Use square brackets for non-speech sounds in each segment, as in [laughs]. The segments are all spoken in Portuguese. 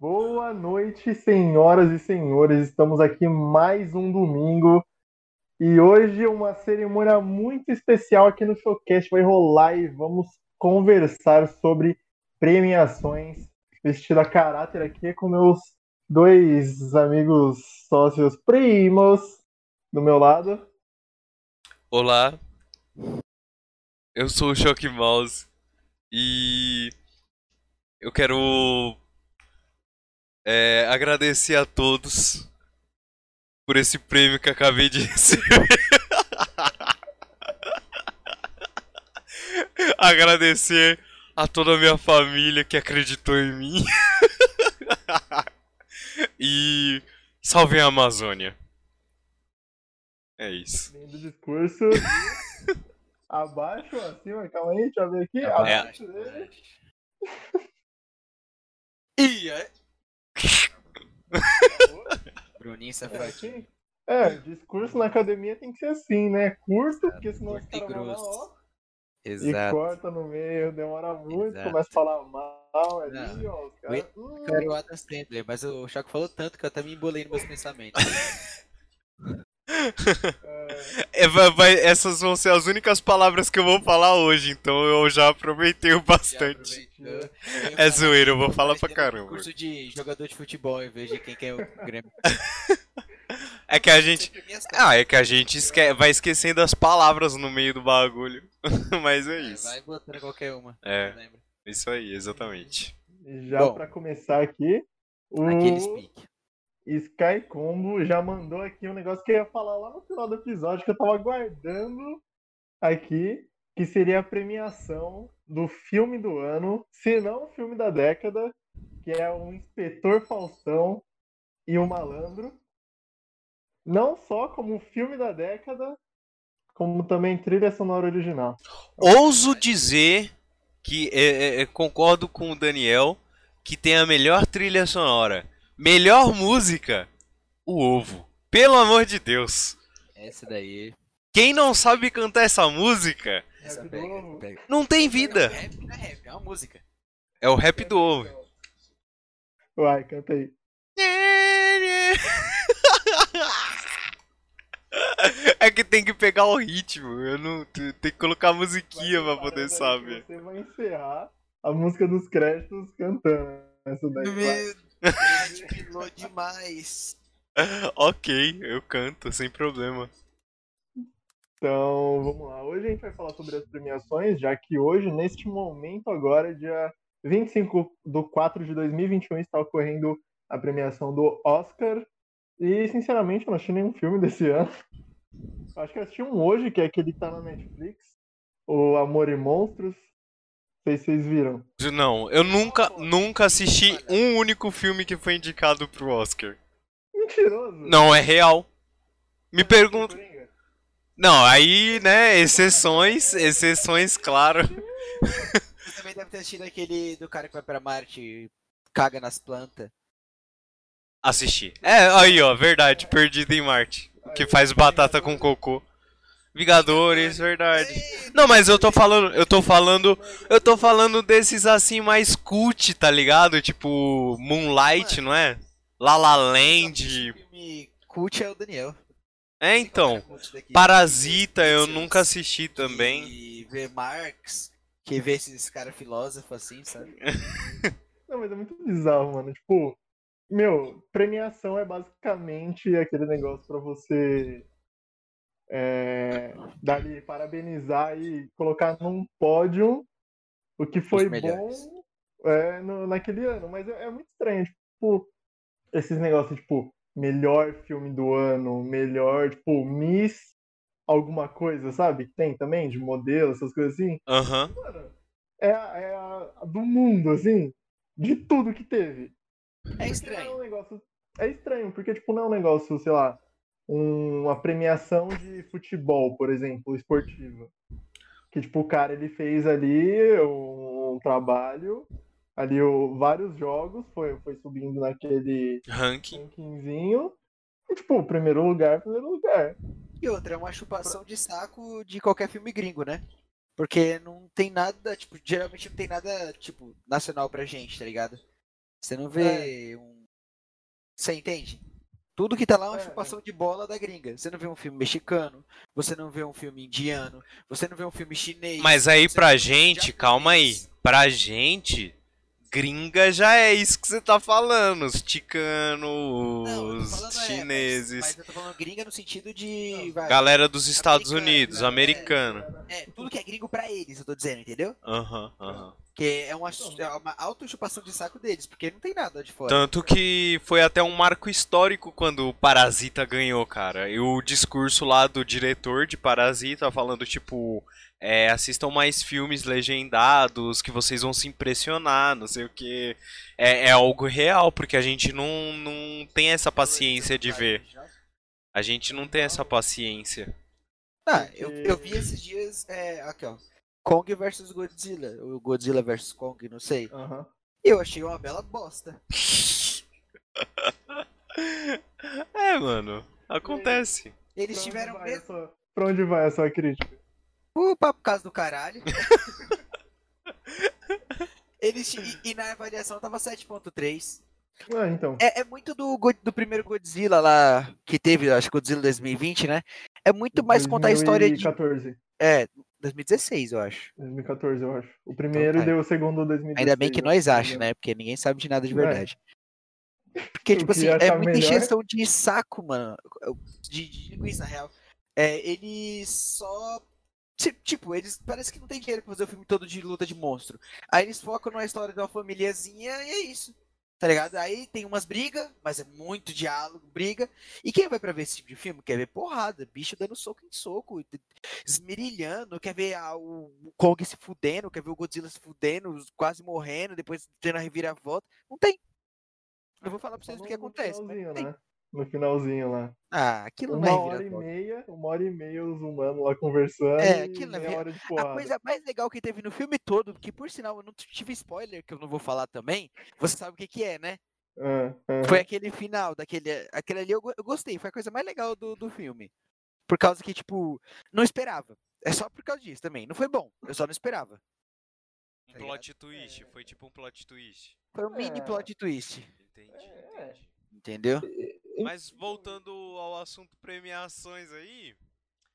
Boa noite, senhoras e senhores. Estamos aqui mais um domingo e hoje uma cerimônia muito especial aqui no Showcast vai rolar e vamos conversar sobre premiações vestido a caráter aqui com meus dois amigos sócios primos do meu lado. Olá, eu sou o Shock Mouse e eu quero é, agradecer a todos por esse prêmio que acabei de [laughs] receber. agradecer a toda a minha família que acreditou em mim. [laughs] e salvem a Amazônia. É isso. Lindo discurso. Abaixo, acima, calma aí, deixa eu ver aqui. É. Abaixo né? dele. E é- Bruninho É, safadinho. aqui. É, discurso na academia tem que ser assim, né? Curto, porque senão os Curto e caras vão lá, grosso. ó, e Exato. corta no meio, demora muito, Exato. começa a falar mal, é ali, ó, os caras. hum, Eu era o Adam Sandler, mas o Chaco falou tanto que eu até me embolei nos meus pensamentos. é. é, vai- vai- essas vão ser as únicas palavras que eu vou falar hoje, então eu já aproveitei o bastante. É zoeira, eu vou falar pra caramba. um Curso de jogador de futebol em vez de quem quer o [laughs] Grêmio. É que a gente. Ah, é que a gente esque- vai esquecendo as palavras no meio do bagulho. [laughs] Mas é É, isso. vai botando qualquer uma. É. não lembro. Isso aí, exatamente. E Já Bom. pra começar aqui, o Uhum. Aquele speak. Sky Combo já mandou aqui um negócio que eu ia falar lá no final do episódio, que eu tava guardando aqui, que seria a premiação do filme do ano, se não o filme da década, que é o Inspetor Faustão e o Malandro. Não só como filme da década, como também trilha sonora original. Ouso dizer que é, é, é, concordo com o Daniel que tem a melhor trilha sonora. Melhor música? O ovo. Pelo amor de Deus. Essa daí. Quem não sabe cantar essa música Essa Rap do pega, ovo. essa pega. não tem vida. Não é rap, não é rap, é uma música. É o rap do ovo. Vai, canta aí. É que tem que pegar o ritmo, eu não tem que colocar a musiquinha pra poder Parando aí saber. que Você vai encerrar a música dos créditos cantando. Essa daí. vai. Deus, pilou demais. Ok, eu canto sem problema. Então, vamos lá. Hoje a gente vai falar sobre as premiações, já que hoje, neste momento agora, dia 25 de 4 de 2021, está ocorrendo a premiação do Oscar. E, sinceramente, eu não assisti nenhum filme desse ano. Eu Acho que eu assisti um hoje, que é aquele que tá na Netflix, o Amor e Monstros. Não sei se vocês viram. Não, eu nunca, nunca assisti um único filme que foi indicado pro Oscar. Mentiroso! Não, é real. Me pergunto. Coringa. Não, aí, né, exceções, exceções, claro. Você também deve ter assistido aquele do cara que vai pra Marte e caga nas plantas. Assisti. É, aí, ó, verdade, Perdido em Marte. Que faz batata com cocô. Vingadores, verdade. Não, mas eu tô falando, eu tô falando, eu tô falando desses assim mais cult, tá ligado? Tipo Moonlight, não é? La La Esse Land. filme cult é o Daniel. É, então. Para Parasita eu nunca assisti também. E ver Marx, que vê esses caras filósofos assim, sabe? Não, mas é muito bizarro, mano. Tipo, meu, premiação é basicamente aquele negócio pra você é, dali parabenizar e colocar num pódio o que foi bom melhores. é, no- naquele ano. Mas é, é muito estranho, tipo, esses negócios, tipo, melhor filme do ano, melhor, tipo, Miss alguma coisa, sabe? Que tem também, de modelo, essas coisas assim. Aham. Mano, é, a- é a do mundo, assim, de tudo que teve. É Não É, estranho. um negócio, é estranho, porque, tipo, não é um negócio, sei lá, um- uma premiação de futebol, por exemplo, esportiva. Que, tipo, o cara, ele fez ali um, trabalho, ali o, vários jogos, foi, foi subindo naquele Ranking. rankingzinho, e, tipo, primeiro lugar, primeiro lugar. E outra, é uma chupação de saco de qualquer filme gringo, né? Porque não tem nada, tipo, geralmente não tem nada, tipo, nacional pra gente, tá ligado? Você não vê um. Você entende? Tudo que tá lá é uma É, chupação de bola da gringa. Você não vê um filme mexicano, você não vê um filme indiano, você não vê um filme chinês. Mas aí você pra não vê um gente, japonês. calma aí. Pra gente, gringa já é isso que você tá falando. Os ticanos, Não, eu tô falando, é, os mas- Mas, chineses, eu tô falando gringa no sentido de. vai, galera dos Estados Americano, Unidos, né? americana. É, tudo que é gringo pra eles, eu tô dizendo, entendeu? Aham, aham. Que é uma, é uma auto-chupação de saco deles, porque não tem nada de fora. Então, Tanto que foi até um marco histórico quando o Parasita ganhou, cara. E o discurso lá do diretor de Parasita falando, tipo, é, assistam mais filmes legendados, que vocês vão se impressionar, não sei o que. É, é algo real, porque a gente não, não tem essa paciência de ver. A gente não tem essa paciência. Ah, eu, eu vi esses dias, é, aqui ó, Kong versus Godzilla, ou Godzilla versus Kong, não sei. Aham. Eu achei uma bela bosta. É, mano. Acontece. Eles Pra onde tiveram né? vai mesmo essa- Pra onde vai essa crítica? papo por causa do caralho. [laughs] Eles ti- e, e na avaliação tava 7.3. Ah, então. É, é muito do, Go- do primeiro Godzilla lá, que teve, acho que Godzilla 2020, né? É muito mais contar a história de... 2014. É, 2016, eu acho. 2014, eu acho. O primeiro Então tá. deu o segundo 2016. Ainda bem que eu nós acho, acha, né? Porque ninguém sabe de nada de É. verdade. Porque, O que tipo assim, é achar muita melhor. injeção de saco, mano. De, de linguiça, na real. É, eles só. ti- Tipo, eles parece que não tem dinheiro pra fazer o filme todo de luta de monstro. Aí eles focam na história de uma famíliazinha e é isso. Tá ligado? Aí tem umas brigas, mas é muito diálogo, briga. E quem vai pra ver esse tipo de filme quer ver porrada, bicho dando soco em soco, e t- esmerilhando, quer ver a- o o Kong se fudendo, quer ver o Godzilla se fudendo, os- quase morrendo, depois tendo a reviravolta. Não tem. Eu vou falar pra Só vocês o no- que no acontece. Mas não finalzinho, tem. né? No finalzinho lá. Ah, aquilo não Uma é hora e reviravolta. meia, uma hora e meia os humanos lá conversando. É, É, aquilo aquilo é e meia vira- hora de A porrada. coisa mais legal que teve no filme todo, que por sinal eu não tive spoiler, que eu não vou falar também, você sabe o que, que é, né? Ah, ah. Foi aquele final, daquele. Aquele ali eu, go- eu gostei, foi a coisa mais legal do, do filme. Por causa que, tipo, não esperava. É só por causa disso também. Não foi bom, eu só não esperava. Um plot twist. Foi tipo um plot twist. Foi um mini É. plot twist, Entendi, É. entendi. entendeu? Mas voltando ao assunto premiações aí,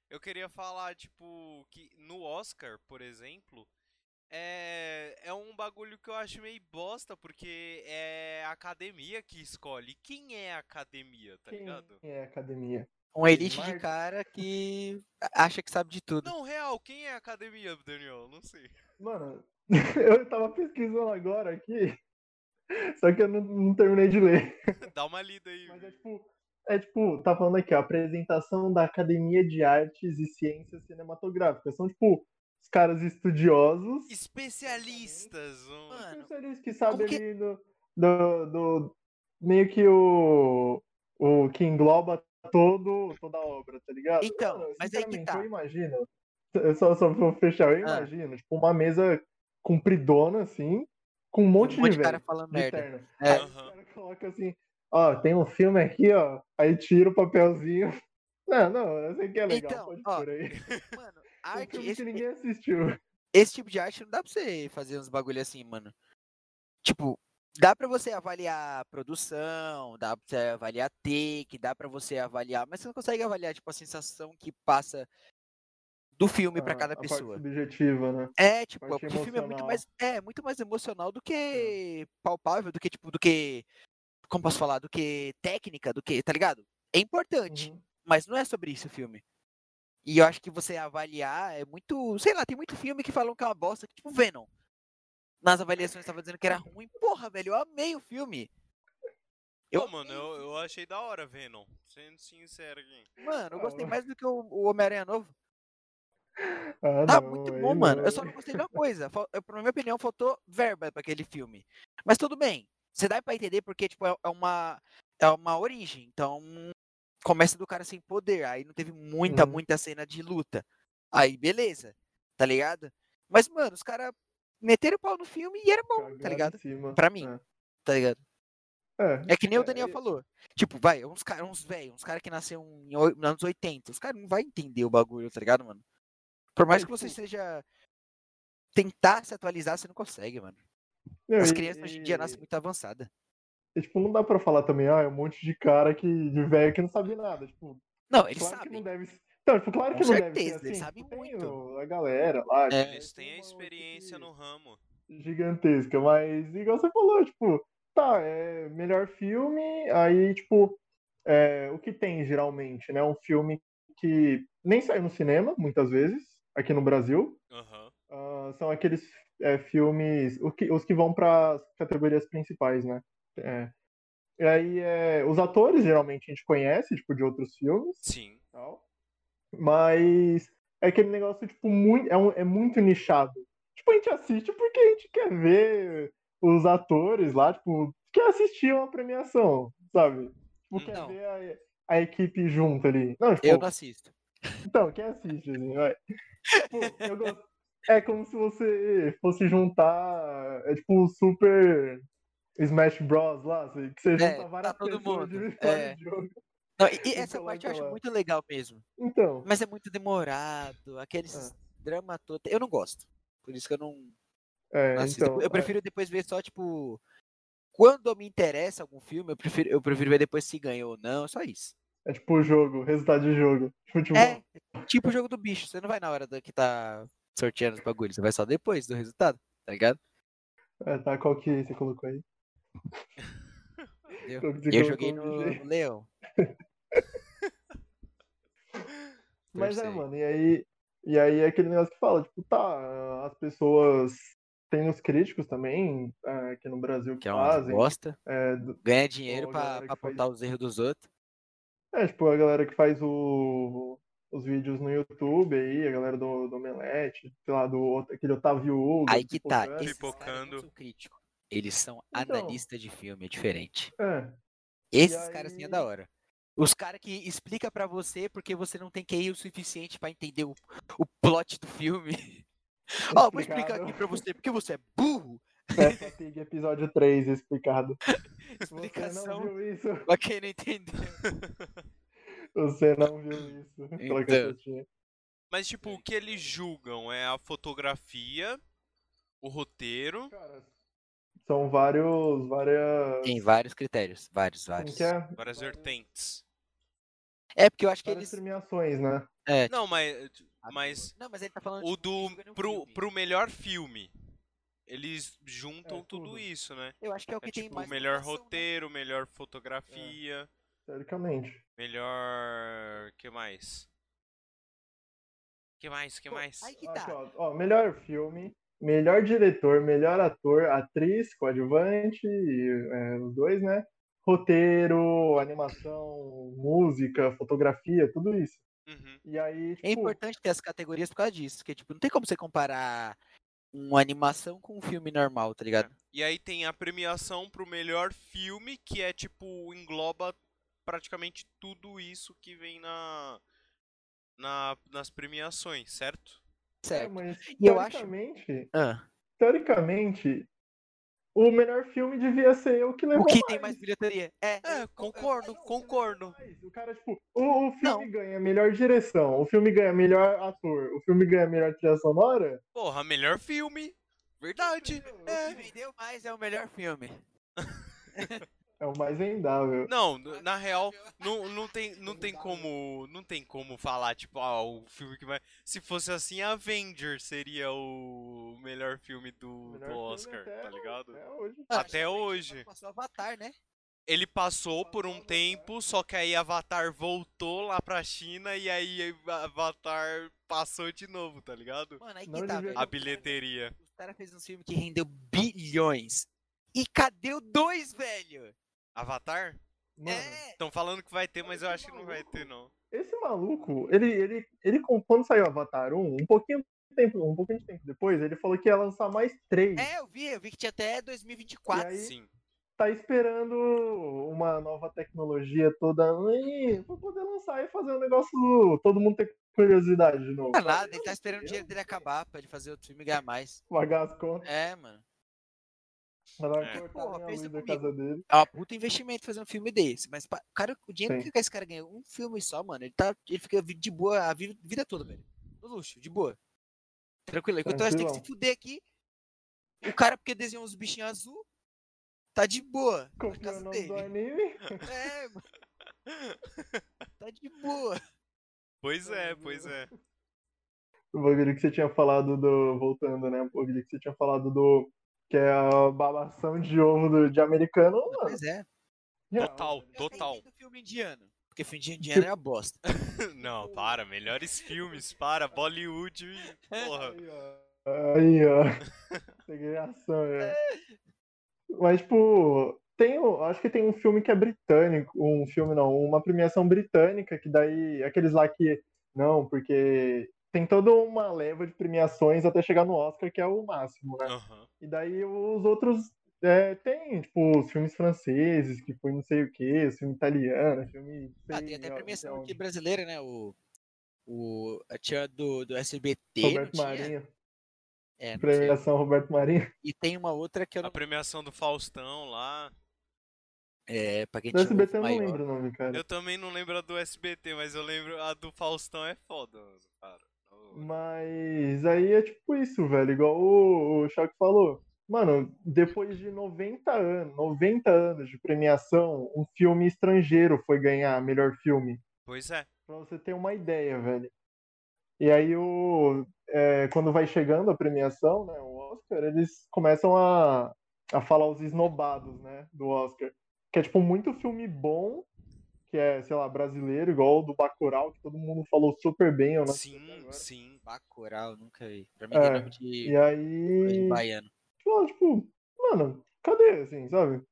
eu queria falar, tipo, que no Oscar, por exemplo, é, é um bagulho que eu acho meio bosta, porque é a academia que escolhe. Quem é a academia, tá Quem ligado? é a academia? Um elite de Marvel. cara que a- acha que sabe de tudo. Não, real, quem é a academia, Daniel? Não sei. [laughs] Mano, [laughs] eu tava pesquisando agora aqui, [laughs] só que eu não, não terminei de ler. Dá uma lida aí. Mas é tipo, é tipo, tá falando aqui, ó, apresentação da Academia de Artes e Ciências Cinematográficas. São, tipo, os caras estudiosos, Especialistas, um- Mano, é especialistas que sabem como que- ali do, do, do- meio que o, o que engloba todo, toda a obra, tá ligado? Então, Mano, mas aí que sinceramente, tá. Eu imagino, eu só, só vou fechar, eu Ah. imagino, tipo, uma mesa compridona, assim, com um monte, um monte de de cara velho, falando de merda. terno. É. Aí o cara coloca assim, ó, tem um filme aqui, ó, aí tira o papelzinho. [laughs] Não, não, eu sei que é legal, Então, pode ó, pôr aí. [laughs] Mano, Um arte, filme que esse, ninguém assistiu. esse tipo de arte não dá pra você fazer uns bagulho assim, mano. Tipo, dá pra você avaliar produção, dá pra você avaliar take, dá pra você avaliar, mas você não consegue avaliar, tipo, a sensação que passa do filme pra Ah, a- cada a parte pessoa. subjetiva, né? É, tipo, parte o filme é muito emocional. mais, é, muito mais emocional do que palpável, do que, tipo, do que, como posso falar, do que técnica, do que, tá ligado? É importante, Uhum. mas não é sobre isso o filme. E eu acho que você avaliar é muito. Sei lá, tem muito filme que falam que é uma bosta, que, tipo, Venom. Nas avaliações tava dizendo que era ruim. Porra, velho, eu amei o filme. Eu Pô, mano, eu, eu achei da hora, Venom. Sendo sincero aqui. Mano, eu Ah, gostei mano. mais do que o, o Homem-Aranha Novo. Ah, Tá não, muito aí bom, mano. Eu não. só não [laughs] gostei de uma coisa. fal- eu- Na minha opinião, faltou verba pra aquele filme. Mas tudo bem. Você dá pra entender porque, tipo, é, é uma. É uma origem. Então, começa do cara sem poder. Aí não teve muita, Uhum. muita cena de luta. Aí, beleza. Tá ligado? Mas, mano, os caras meteram o pau no filme e era bom, Cagaram tá em ligado? cima. Pra mim. É. Tá ligado? É, É que nem o É, Daniel e- falou. Tipo, vai, uns caras, uns velhos, uns caras que nasceram em oi- nos anos 80. Os caras não vão entender o bagulho, tá ligado, mano? Por mais É, que você tipo- seja. Tentar se atualizar, você não consegue, mano. não, As e- crianças hoje em dia nascem e- muito avançadas. é, tipo, não dá pra falar também, ah, é um monte de cara que, de velho que não sabe nada. Tipo, Não, eles claro que sabem. não deve ser. Então, tipo, claro Com que não deve ser certeza, assim. eles sabem Tem muito. o- a galera lá. É. que Eles têm a uma experiência no ramo. Gigantesca, mas igual você falou, tipo, tá, é melhor filme, aí, tipo, é, o que tem geralmente, né? Um filme que nem saiu no cinema, muitas vezes, aqui no Brasil. Aham. Ah, são aqueles é, filmes, o que- os que vão para as categorias principais, né? É. E aí, é, os atores geralmente a gente conhece, tipo, de outros filmes Sim. e tal. Mas é aquele negócio, tipo, muito, é, um- é muito nichado. Tipo, a gente assiste porque a gente quer ver os atores lá, tipo, quer assistir uma premiação, sabe? Tipo, quer Não. ver a, a equipe junto ali. Não, tipo, Eu não assisto. então, quem assiste, assim, vai. Tipo, eu gosto- É como se você fosse juntar. É tipo o Super Smash Bros. lá, assim, que você junta É, várias tá todo pessoas [laughs] mundo, de história é. de jogo. Não, e, e Eu essa tô lá, parte eu tô acho lá. muito legal mesmo. Então, Mas é muito demorado, aquele Ah. drama todo. Eu não gosto. Por isso que eu não, é, não assisto. então. eu prefiro depois ver só, tipo. Quando me interessa algum filme, eu prefiro, eu prefiro ver depois se ganhou ou não, só isso. É, é tipo o jogo, resultado de jogo. Futebol. É, tipo o jogo do bicho. Você não vai na hora da- que tá sorteando os bagulhos, você vai só depois do resultado, tá ligado? É, tá, qual que você colocou aí? Entendeu? Qual que você E colocou eu joguei no no, jeito? no Leão. [laughs] Mas é, Torcei. mano, e aí, e aí é aquele negócio que fala, tipo, tá, as pessoas. Tem os críticos também, é, aqui no Brasil, que, Que é uma fazem. bosta. é, do- Ganha dinheiro Ô, pra, galera pra que faz- apontar os erros dos outros. É, tipo, a galera que faz o- os vídeos no YouTube aí, a galera do, do Omelete, sei lá, do Ot- aquele Otávio Hugo. tipo, é, Aí que tá. Pipocando. Esses caras Pipocando. não são críticos. Eles são Então. analistas de filme, é diferente. É, Esses caras sim é da aí- hora. Os caras que explica pra você porque você não tem QI o suficiente pra entender o, o plot do [laughs] filme. Ó, vou explicar Explicado. aqui pra você porque você é burro. Peppa Pig episódio 3 explicado. [laughs] Você não Explicação viu isso? pra quem não entendeu. Você não viu isso. [laughs] Pela Então. cacetinha. Mas, tipo, o que eles julgam é a fotografia, o roteiro. Cara, são vários, várias... Tem vários critérios, vários, Como vários. que é? Várias vertentes. É porque eu acho que Várias eles. premiações, né? É, Não, mas. Mas. não, mas ele tá falando. O tipo, do. julga no Pro, filme. pro melhor filme. Eles juntam É, tudo tudo. isso, né? Eu acho que é o que É tem tipo, mais. melhor votação, né? roteiro, melhor fotografia, Teoricamente. melhor. que mais? que mais? que Pô, mais? Aí que Aqui, tá. ó, ó, melhor filme, melhor diretor, melhor ator, atriz, coadjuvante, é, os dois, né? Roteiro, animação, música, fotografia, tudo isso. Uhum. E aí, tipo, É importante ter as categorias por causa disso. Porque, tipo, não tem como você comparar uma animação com um filme normal, tá ligado? E aí tem a premiação pro melhor filme, que é tipo, engloba praticamente tudo isso que vem na, na nas premiações, certo? é, Certo. mas E eu acho- teoricamente, Ah, teoricamente, o melhor filme devia ser o que levou o que tem mais bilheteria? É. É, Não, concordo, o que concordo. levou mais. O cara, tipo, o, o filme Não. ganha melhor direção, o filme ganha melhor ator, o filme ganha melhor trilha sonora. Porra, melhor filme. Verdade. O que vendeu mais é o melhor filme. É o mais vendável. Não, n- na real, não, não, tem, não tem como. Não tem como falar, tipo, ah, o filme que vai. Se fosse assim, Avenger seria o melhor filme do, Melhor do filme Oscar, até tá hoje, ligado? até hoje. Ah, Até hoje. Passou Avatar, né? Ele passou por um tempo, só que aí Avatar voltou lá pra China e aí Avatar passou de novo, tá ligado? Mano, aí que Não tá, devia velho. A bilheteria. O cara fez um filme que rendeu bilhões. E cadê o dois, velho? Avatar? Mano, É. Estão falando que vai ter, mas eu acho que não vai ter, não. esse maluco, ele, ele, ele, com- quando saiu Avatar 1, um pouquinho, de tempo, um pouquinho de tempo depois, ele falou que ia lançar mais três. É, eu vi, eu vi que tinha até 2024. E aí- Sim. Tá esperando uma nova tecnologia toda aí, pra poder lançar e fazer um negócio do- todo mundo ter curiosidade de novo. Não dá nada, ele tá esperando o dinheiro dele acabar pra ele fazer outro filme e ganhar mais. Pagar as contas, É, mano. vai lá É. cortar Porra, a pensa luz da comigo. casa dele. É um puta investimento fazer um filme desse. Mas pa- o cara, o dinheiro Sim. que esse cara ganha, um filme só, mano, ele, tá, ele fica vi- de boa a vi- vida toda, velho. No luxo, de boa. Tranquilo. Enquanto nós temos que se Tranquilão. fuder aqui, o cara porque desenhou uns bichinhos azul, Tá de boa. Como na que é o casa nome dele. [laughs] do anime? É, mano. Tá de boa. Pois é, pois é. O bagulho que você tinha falado do. Voltando, né? O bagulho que você tinha falado do. Que é a babação de ovo do- de americano, mano. Pois é. já- [laughs] Total, total. Do filme indiano. Porque filme de indiano é a bosta. [laughs] Não, para, melhores filmes, para, Bollywood, porra. Aí, ó. Aí, ó. Segregação, é. Mas, tipo, tem, o- acho que tem um filme que é britânico, um filme não, uma premiação britânica, que daí, aqueles lá que, não, porque tem toda uma leva de premiações até chegar no Oscar, que é o máximo, né? Aham. E daí os outros, é, tem, tipo, os filmes franceses, que foi não sei o quê, os filme italiano, filme... Ah, sei tem até lá, premiação então, aqui brasileira, né? O. O. A tia do, do SBT. Roberto não tinha? Marinho, É, não sei. premiação Roberto [laughs] Marinho. E tem uma outra que eu A não. premiação do Faustão lá. É, pra quem Do tinha um SBT eu não maior. lembro o nome, cara. Eu também não lembro a do SBT, mas eu lembro a do Faustão é foda, cara. Mas aí é tipo isso, velho. Igual o, o Choque falou. Mano, depois de 90 anos, 90 anos de premiação, um filme estrangeiro foi ganhar melhor filme. Pois é. Pra você ter uma ideia, velho. E aí o. é, quando vai chegando a premiação, né? O Oscar, eles começam a, a falar os esnobados, né? Do Oscar. Que é tipo muito filme bom, que é, sei lá, brasileiro, igual o do Bacurau, que todo mundo falou super bem. Eu não Sim, sim. Bacurau, nunca vi. Pra mim É, tem nome de, E aí. de baiano. Tipo, tipo, mano, cadê, assim, sabe?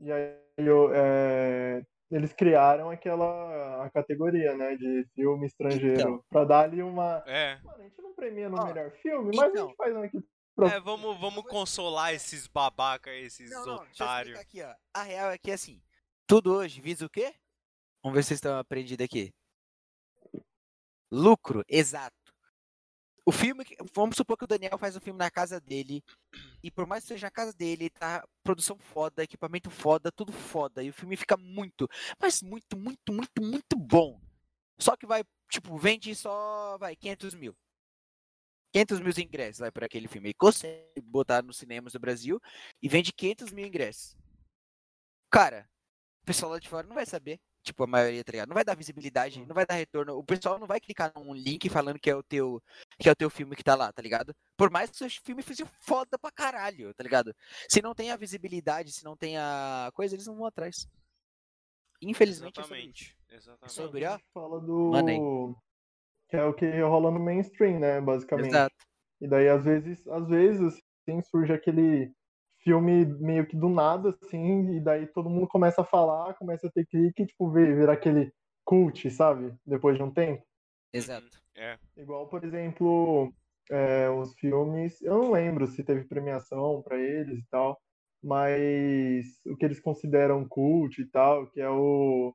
E aí eu, é, eles criaram aquela a categoria, né, de filme estrangeiro, Então. pra dar ali uma... É. Mano, a gente não premia no Ó, melhor filme, mas a então. gente faz um aqui. É, vamos, vamos consolar esses babaca, esses Não, não, deixa eu otários. explicar aqui, ó. A real é que assim, tudo hoje visa o quê? Vamos ver se vocês estão aprendidos aqui. Lucro, exato. O filme, que- vamos supor que o Daniel faz um filme na casa dele, e por mais que seja na casa dele, tá produção foda, equipamento foda, tudo foda, e o filme fica muito, mas muito, muito, muito, muito bom. Só que vai, tipo, vende só, vai, 500 mil. 500 mil ingressos vai para aquele filme. E consegue botar nos cinemas do Brasil, e vende 500 mil ingressos. Cara, o pessoal lá de fora não vai saber. Tipo, a maioria, tá ligado? Não vai dar visibilidade, não vai dar retorno. O pessoal não vai clicar num link falando que é o teu, que é o teu filme que tá lá, tá ligado? Por mais que o seu filme seja foda pra caralho, tá ligado? Se não tem a visibilidade, se não tem a coisa, eles não vão atrás. Infelizmente, é sobre isso. Exatamente. é Exatamente. sobre, ó. Fala do... Mandei. Que é o que rola no mainstream, né, basicamente. Exato. E daí, às vezes, às vezes, assim, surge aquele filme meio que do nada, assim, e daí todo mundo começa a falar, começa a ter clique, e, tipo, vir, vir aquele cult, sabe? Depois de um tempo. Exato. É. Igual, por exemplo, é, os filmes, eu não lembro se teve premiação pra eles e tal, mas o que eles consideram cult e tal, que é o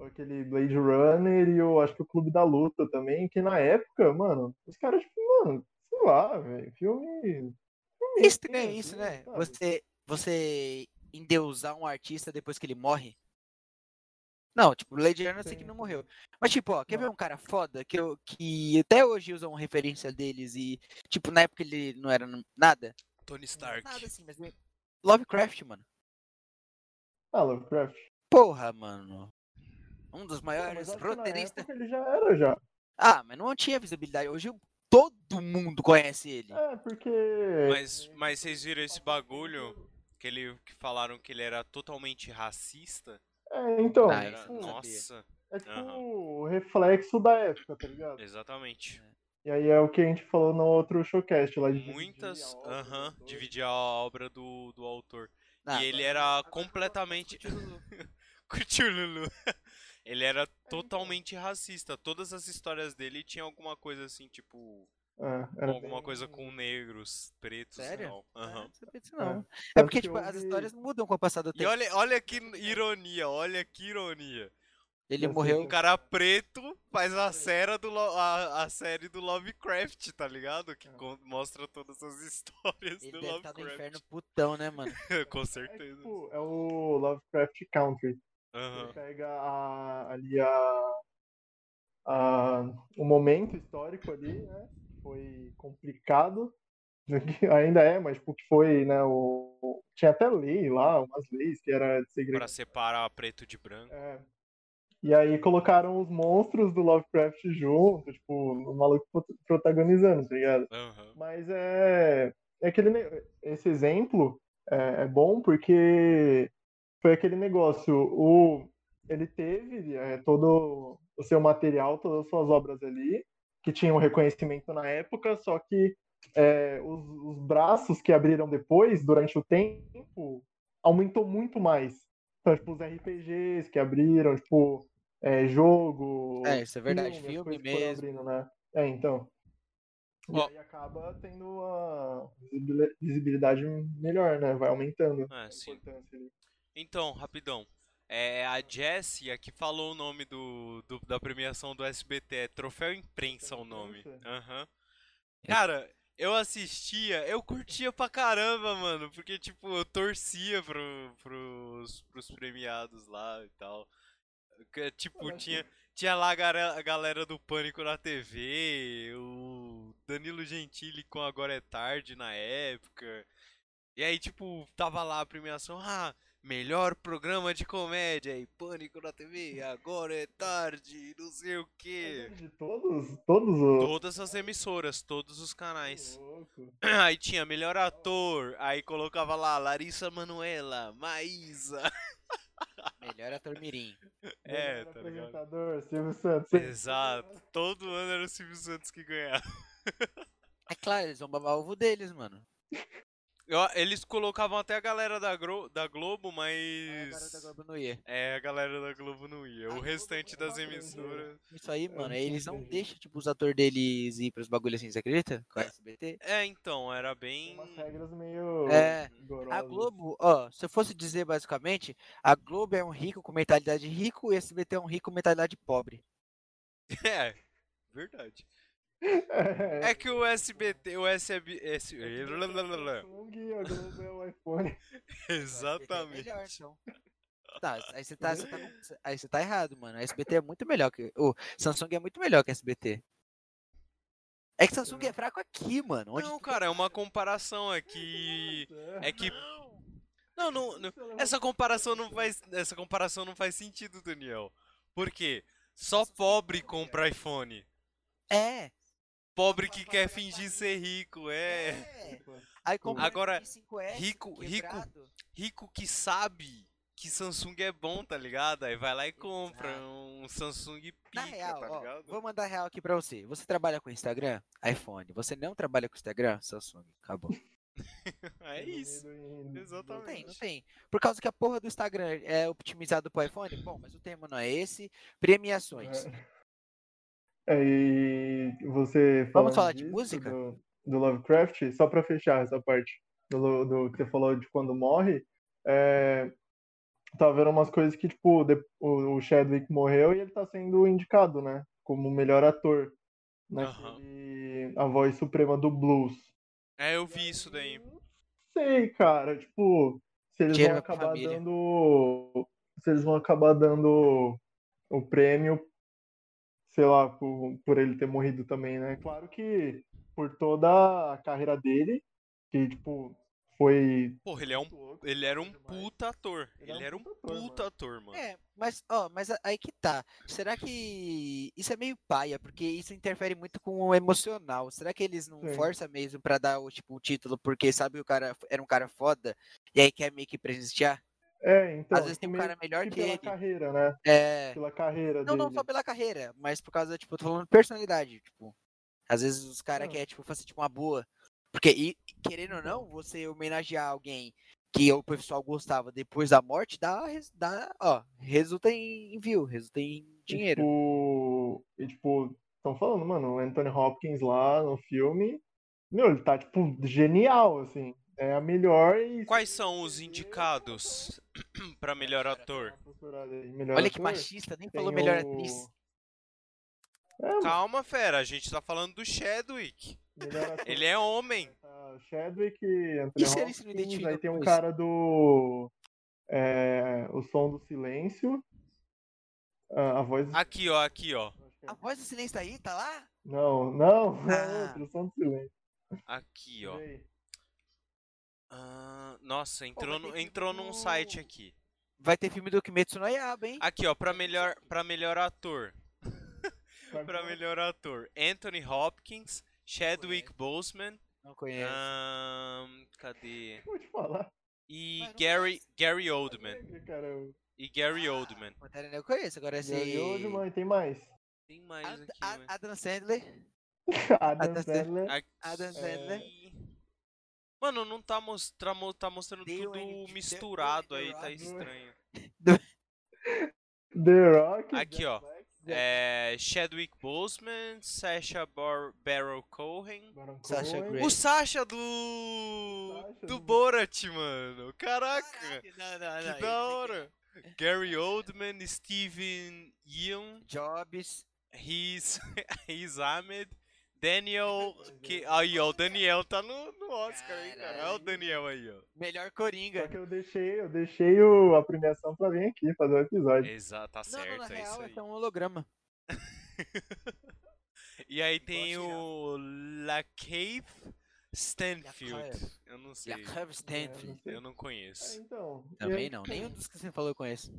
aquele Blade Runner e o acho que o Clube da Luta também, que na época, mano, os caras tipo, mano, sei lá, velho, filme, filme É Estranho assim, isso, né? sabe? Você, você endeusar um artista depois que ele morre. Não, tipo, Lady Runner eu sei que Sim. não morreu. Mas, tipo, ó, quer Não. ver um cara foda que, eu, que até hoje usam referência deles e, tipo, na época ele não era n- nada? Tony Stark. Nada assim, mas. Lovecraft, mano. Ah, Lovecraft. Porra, mano. Um dos Ah, mas maiores acho que na roteiristas. época ele já era já. Ah, mas não tinha visibilidade. Hoje todo mundo conhece ele. É, porque Mas, mas vocês viram esse bagulho que, ele, que falaram que ele era totalmente racista? É, então, Ah, Era- isso eu não nossa, é tipo Aham. o reflexo da época, tá ligado? exatamente. E aí é o que a gente falou no outro showcast lá de dividir Muitas. a obra Aham. dos dois. dividir a obra do, do autor. Ah, e ele era completamente. [laughs] Curtiu Lulu. [laughs] Ele era Então. totalmente racista. Todas as histórias dele tinham alguma coisa assim, tipo. É, era Alguma bem- coisa com negros, pretos Sério? e tal. É, Aham. Não sabia disso, não. É, tanto porque, que tipo, as houve- histórias mudam com o passar do E tempo. olha, olha que ironia, olha que ironia. Ele Eu sei morreu Um cara preto faz a, série do Lo- a, a série do Lovecraft, tá ligado? Que con- mostra todas as [laughs] histórias Ah. Ele do deve estar no Lovecraft. inferno putão, né, mano? [laughs] Com É, certeza. tipo, é o Lovecraft Country. Ele Aham. pega a- ali a, a- o momento histórico ali, né? Foi complicado. Ainda é, mas tipo, que foi, né? O... o- Tinha até lei lá, umas leis que era de segredo. tá Pra separar preto de branco. É. E aí colocaram os monstros do Lovecraft junto, tipo, o maluco prot- protagonizando, tá ligado? Aham. Mas é, é aquele ne- esse exemplo é, é bom porque foi aquele negócio, o ele teve é, todo o seu material, todas as suas obras ali, que tinham reconhecimento na época, só que é, os, os braços que abriram depois, durante o tempo, aumentou muito mais. Então, tipo, os RPGs que abriram, tipo, é, jogo, É, isso é verdade. as Filme coisas que foram mesmo. abrindo, né? É, então. E Ó. aí acaba tendo a visibili- visibilidade melhor, né? Vai aumentando É, Ah, a sim. importância ali. Então, rapidão. É, a Jessia que falou o nome do, do- da premiação do SBT. É Troféu Imprensa o nome. Imprensa? Aham. Cara, eu assistia, eu curtia pra caramba, mano. Porque, tipo, eu torcia pro, pros, pros premiados lá e tal. Que, Tipo, Caraca. tinha, tinha lá a gara- a galera do Pânico na TV, o Danilo Gentili com Agora é Tarde na época. E aí, tipo, tava lá a premiação, ah, melhor programa de comédia e Pânico na TV, Agora é Tarde, não sei o quê. Mas De todos, todos os. Todas as emissoras, todos os canais. [clears throat] Louco. Aí tinha melhor ator, aí colocava lá Larissa Manuela, Maísa. Melhor ator Mirim. É, Melhor tá ligado? apresentador, Silvio Santos. Exato. Todo ano era o Silvio Santos que ganhava. É claro, eles vão babar o ovo deles, mano. Eu- Eles colocavam até a galera da, Gro- da Globo, É, Ah, Agora da mas. Globo não ia. É, a galera da Globo não ia. A O Globo restante não das aprendeu. emissoras. Isso aí, não mano, eles não entendi. deixam, tipo, os atores deles ir pros bagulho assim, você acredita? Com a SBT. É, então, era Tem bem. umas regras meio. É, rigorosas. A Globo, ó, se eu fosse dizer basicamente, a Globo é um rico com mentalidade de rico e a SBT é um rico com mentalidade pobre. [laughs] É, verdade. [laughs] É. É que o SBT, o SB. S- [laughs] É que Samsung, a Globo é o iPhone. É melhor, Exatamente. então. Tá, aí você tá, você [laughs] tá com- aí você tá errado, mano. A SBT é muito melhor que. O Samsung é muito melhor que a SBT. É que Samsung é fraco aqui, mano. Onde Não, cara, é uma [laughs] comparação aqui. É que. Não, não, não- Essa comparação não faz, essa comparação não faz sentido, Daniel. Por quê? Só pobre compra iPhone. É. Pobre que quer fingir ser rico, é. é. Aí compra Agora, um 5S rico- rico- quebrado. Rico que sabe que Samsung é bom, tá ligado? Aí vai lá e compra um Samsung pica, Na real, tá ó, ligado? vou mandar real aqui pra você. Você trabalha com Instagram? iPhone. Você não trabalha com Instagram? Samsung. Acabou. [laughs] É isso. Não tem, não Exatamente. tem. Por causa que a porra do Instagram é optimizado pro iPhone? Bom, mas o termo não é esse. Premiações. É, e você Vamos falando falar de disso, música? Do, do Lovecraft, só pra fechar essa parte do, do que você falou de quando morre, é, tá vendo umas coisas que, tipo, de- o, o Chadwick morreu e ele tá sendo indicado, né? Como o melhor ator. Naquele, A voz suprema do blues. É, eu vi isso daí. Não sei, cara. Tipo, se eles Dinheiro vão pra acabar família. dando. Se eles vão acabar dando o prêmio, sei lá, por, por ele ter morrido também, né? Claro que por toda a carreira dele, que, tipo, foi. Porra, ele é um louco, ele era um demais. puta ator. Ele Ele era um puta ator, mano. É, mas, ó, mas a- aí que tá. Será que isso é meio paia? Porque isso interfere muito com o emocional. Será que eles não Sim. forçam mesmo pra dar o tipo o título porque sabe que o cara era um cara foda e aí quer meio que presentear? É, então. Às vezes tem um meio cara melhor que que pela ele. carreira, né? É. Pela carreira Não, dele. né? não só pela carreira, mas por causa, tipo, eu tô falando de personalidade, tipo. Às vezes os caras Não. querem, tipo, fazer tipo uma boa. Porque, e, querendo ou não, você homenagear alguém que o pessoal gostava depois da morte, dá, res- dá ó, resulta em view, resulta em dinheiro. Uhum. Tipo, e tipo, estão falando, mano, o Anthony Hopkins lá no filme, meu, ele tá, tipo, genial, assim. É a melhor e. Quais são os indicados [clears throat] pra melhor ator? Melhor Olha que ator? machista, nem Tem falou melhor o- atriz. Calma, fera, a gente tá falando do Chadwick. Melhor ator. Ele é homem. Tá, Chadwick, Anthony E se eles se não Hopkins, identificam aí tem um com isso? cara do. é, o som do silêncio. Ah, A, a voz. do- Aqui, ó, aqui, ó. A voz do silêncio tá aí, tá lá? é. Não, [laughs] não, é Ah. outro, o som do silêncio. Aqui, ó. E aí? Ah, nossa, entrou, vai no- ter que entrou ir pro- num site aqui. Vai ter filme do Kimetsu no Yaiba, hein? Aqui, ó, pra melhor, pra melhor ator. Vai Pra melhor ator. Anthony Hopkins, Chadwick Boseman, Não conheço. ahn, cadê? Vou te falar. E Mas não Gary, conheço. Gary Oldman. Caramba. E Gary Oldman. Pantera Negra eu conheço, agora esse... E hoje, mãe, tem [laughs] mais. Tem mais Ad- aqui, Ad- né? Adam Sandler. Adam Adam Sandler. Aqui- Adam Sandler. Mano, não tá, mostra, mo- tá mostrando Deu tudo N- misturado deu aí, N- tá Rock. estranho. The Rock. Aqui, Jack ó. Black, Zac É, Chadwick Boseman, Sacha Bar Barrow Cohen. Baron Sasha Cohen. Grey. O Sasha do. Sasha do do- Borat, mano. Caraca! Caralho, Não, não, não. Que da hora! Gary Oldman, Steven Yeun, Jobs. Riz, [laughs] Riz Ahmed, Daniel. Que, aí, ó, o Daniel tá no, no Oscar, hein, cara? Olha o Caralho. Daniel aí, ó. Melhor Só Coringa. que eu deixei, eu deixei o, a premiação pra vir aqui fazer o episódio. Exato, tá Não, não, na certo, é isso real, aí. esse é um holograma. um E aí tem Gosto já. o LaCave Stanfield. Lacave. Eu não sei. Jacob Stanfield. Eu não É, conheço. então. Também e não. Nenhum dos que você falou eu conheço.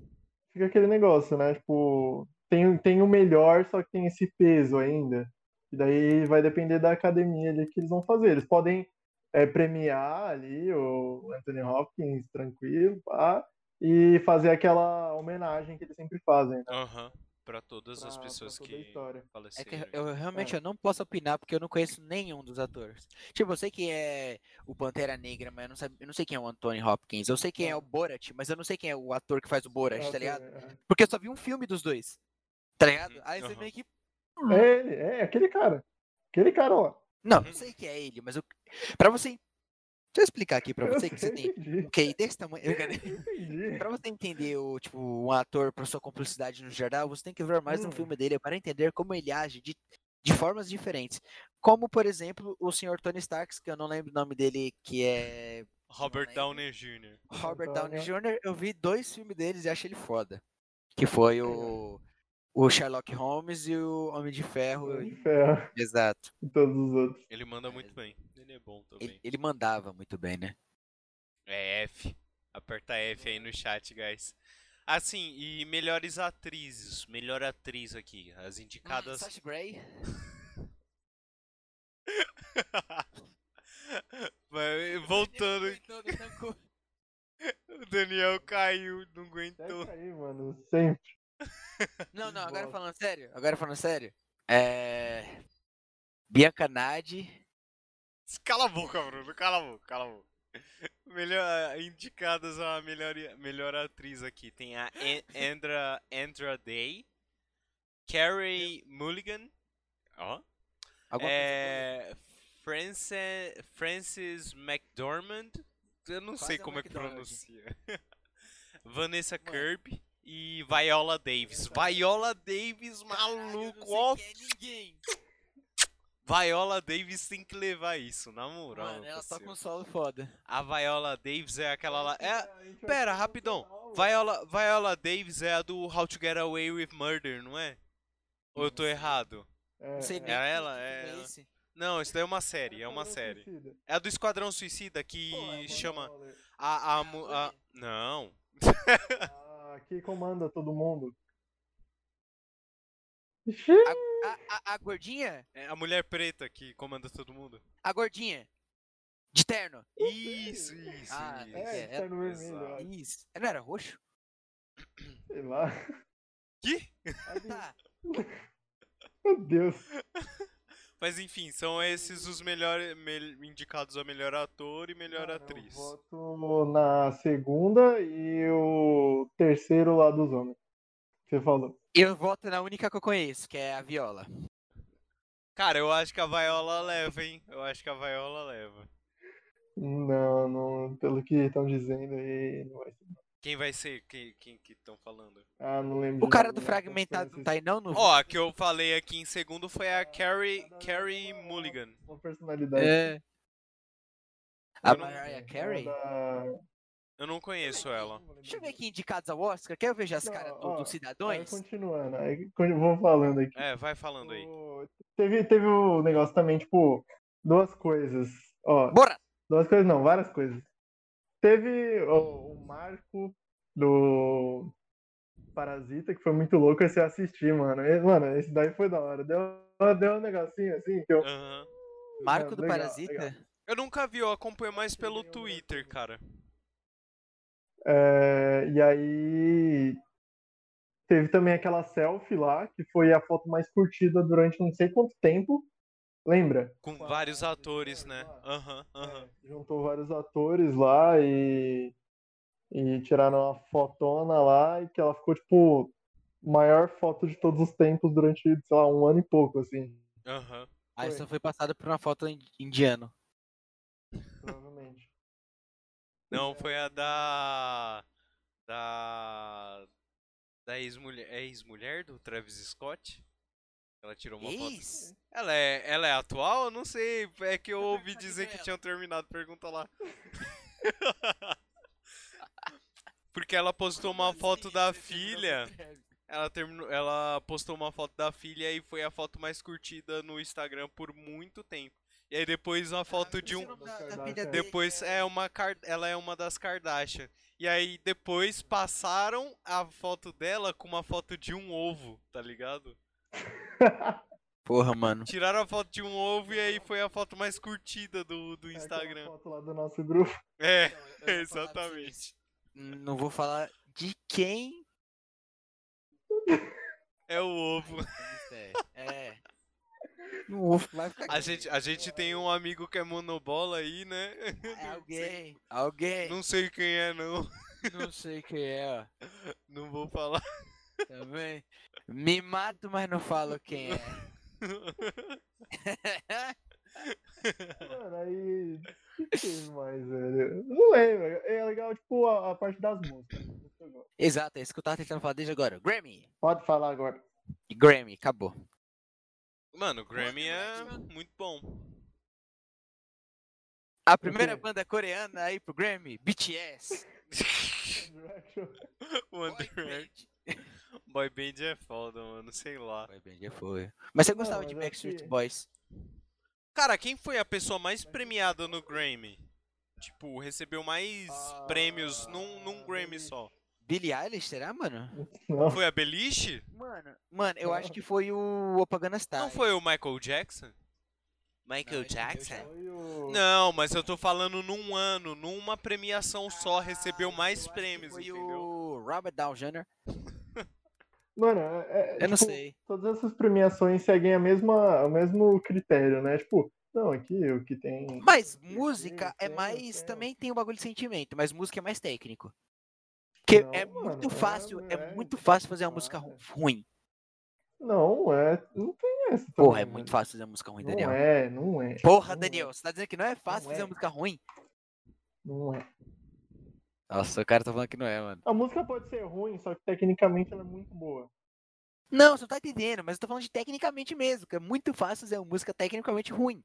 Fica aquele negócio, né? Tipo, tem, tem o melhor, só que tem esse peso ainda. E daí vai depender da academia ali que eles vão fazer. Eles podem é, premiar ali o Anthony Hopkins, tranquilo, pá, e fazer aquela homenagem que eles sempre fazem, né? Aham. Pra todas as pra- pessoas pra toda a que história. faleceram. É que eu realmente eu não posso opinar porque eu não conheço nenhum dos atores. Tipo, eu sei que é o Pantera Negra, mas eu não, sabe, eu não sei quem é o Anthony Hopkins. Eu sei quem é o Borat, mas eu não sei quem é o ator que faz o Borat, tá ligado? Porque eu só vi um filme dos dois. Tá ligado? Uhum, Aí você aham. meio que. É ele, é aquele cara. Aquele cara lá. Não, Uhum. não sei que é ele, mas eu. Pra você. Deixa eu explicar aqui pra você [laughs] que você tem Entendi, um QI desse tamanho. entendi. Pra você entender o, tipo, um ator pra sua complexidade no geral, você tem que ver mais um Hum. filme dele para entender como ele age de, de formas diferentes. Como, por exemplo, o Sr. Tony Stark, que eu não lembro o nome dele, que é Robert Não Downey Jr. Robert Downey Antônio. Jr., eu vi dois filmes deles e achei ele foda. Que foi o, o Sherlock Holmes e o Homem de Ferro. De ferro Exato. e todos os outros. Ele manda muito bem. Ele é bom Ele, também. ele mandava muito bem, né? É F. Aperta F aí no chat, guys. Assim, e melhores atrizes. Melhor atriz aqui. As indicadas. [laughs] Sacha Grey. Vai, Voltando, o Daniel caiu, não aguentou. Pega aí, mano. Sempre. Não, não, agora Bosta. falando sério, agora falando sério. É. Bianca Nadi. Cala a boca, Bruno. Cala a boca, cala a boca. Melhor, indicadas a melhor, melhor atriz aqui. Tem a An- Andra, Andra Day, Carrie Mulligan. Ó. Alguma assim. É. Frances, Frances McDormand. Eu não Quase sei é como é que McDonald. pronuncia. [laughs] Vanessa Mano. Kirby e Viola Davis. Viola Davis, maluco, ó. é ninguém. Viola Davis tem que levar isso, na moral. Mano, não é ela toca assim. possível. um solo foda. É, A Viola Davis é aquela lá. É, A gente vai fazer pera, um rapidão. canal. Viola, Viola Davis é a do How to Get Away with Murder, não é? Ou eu tô errado? É, Não sei é. nem. Era que ela, filme é ela. esse. Não, isso daí é uma série, é uma Esquadrão série. Suicida. É a do Esquadrão Suicida que Pô, é chama. Wonder Woman. A, a, mu- Ah, a- Não. Ah, que comanda todo mundo. [laughs] É, A, a- a gordinha? É a mulher preta que comanda todo mundo. A gordinha. De terno. Isso, isso, Ah, isso. É, é, tá no vermelho. exato. ó. Isso. Não era roxo? Sei lá. [laughs] Que? Ai, Tá. Meu Deus. Mas enfim, são esses os melhores mel- indicados a melhor ator e melhor Cara, atriz. Eu voto na segunda e o terceiro lá dos homens. Você falou. Eu voto na única que eu conheço, que é a Viola. Cara, eu acho que a Viola leva, hein? Eu acho que a Viola leva. Não, não, pelo que estão dizendo aí. Não vai ser. Quem vai ser? Quem, quem que estão falando? Ah, não lembro. O cara do fragmentado não tá aí não no. Ó, a que eu falei aqui em segundo foi a Carrie, cada um Carrie uma- Mulligan. Uma personalidade. É. A Eu não- Mariah Carey? Da- Eu não conheço ela. Deixa eu ver aqui indicados ao Oscar. Quer ver já as Não, caras ó, do- dos Aí cidadões? continuando, aí con- vou falando aqui. É, vai falando aí. O- Teve, teve o negócio também, tipo, duas coisas. Ó, Bora! duas coisas não, várias coisas. Teve o, o marco do Parasita, que foi muito louco esse assistir, mano. E, mano, esse daí foi da hora. Deu, deu um negocinho assim que eu. Aham. Marco do Legal, Parasita? legal. Eu nunca vi, eu acompanho mais pelo Twitter, cara. É, e aí teve também aquela selfie lá, que foi a foto mais curtida durante não sei quanto tempo. Lembra? Com vários atores, né? Aham, aham. É, juntou vários atores lá e, e tiraram uma fotona lá e que ela ficou, tipo, maior foto de todos os tempos durante, sei lá, um ano e pouco, assim, Aham. Aí Foi. só Ah, foi passado por uma foto in- indiano. [laughs] provavelmente. Não, foi a da. Da. Da ex-mulher. É ex-mulher do Travis Scott? Ela tirou uma foto. Ex? Ela é, ela é atual? Eu não sei. É que eu ouvi perguntar dizer quem é que ela. tinham terminado. Pergunta lá. [laughs] Porque ela postou uma foto da filha. Ela, terminou, ela postou uma foto da filha e foi a foto mais curtida no Instagram por muito tempo. E aí depois uma foto de um. Depois é uma Kar- ela é uma das Kardashian. E aí depois passaram a foto dela com uma foto de um ovo, tá ligado? Porra, mano. Tiraram a foto de um ovo e aí foi a foto mais curtida do, do É aquela Instagram. foto lá do nosso [laughs] grupo. É, eu ia falar pra exatamente. Não vou falar de quem. É o ovo. É. Não vou vai ficar. A gente, a gente tem um amigo que é monobola aí, né? É alguém. Alguém. Não sei quem é, não. Não sei quem é, ó. Não vou falar. Também. Me mato, mas não falo quem é. [laughs] Mano, aí. O que teve mais, velho? Não lembro. É legal, tipo, a, a parte das músicas. Isso eu gosto. Exato, é isso que eu tava tentando falar desde agora. Grammy. Pode falar [laughs] agora. Grammy, acabou. Mano, o Grammy é Mano, muito [laughs] bom. A primeira quê? banda coreana aí pro Grammy, BTS. One Direction. [laughs] Boy Band é foda, mano. Sei lá. Boy Band já foi. Mas você Não, gostava de mas Backstreet aqui- Boys? Cara, quem foi a pessoa mais premiada no Grammy? Tipo, recebeu mais Ah, prêmios num, num Grammy Billie- só. Billie Eilish, será, mano? Não. Foi a Beliche? Mano, mano, eu acho que foi o Opagana Star. Não foi o Michael Jackson? Michael ele não deu Jackson? é Foi o- Não, mas eu tô falando num ano, numa premiação só, recebeu Ah, mais prêmios, Foi entendeu? o Robert Downey Jr. Mano, é, é, Eu não tipo, [laughs] sei. Todas essas premiações seguem a mesma, o mesmo critério, né? Tipo, não, aqui o que tem. Mas sei, música é sei, mais. sei. Também tem o bagulho de sentimento, mas música é mais técnico. Porque Não, é mano, muito é, fácil, é, é, muito fácil fazer uma música para. ruim. Não, é. Não tem essa. Porra, também, é né? muito fácil fazer uma música ruim, Daniel. Não é, não é. Porra, não Daniel, você tá dizendo que não é fácil Não fazer é. uma música ruim? É, não é. Nossa, o cara tá falando que não é, mano. A música pode ser ruim, só que tecnicamente ela é muito boa. Não, você não tá entendendo, mas eu tô falando de tecnicamente mesmo, que é muito fácil fazer uma música tecnicamente ruim.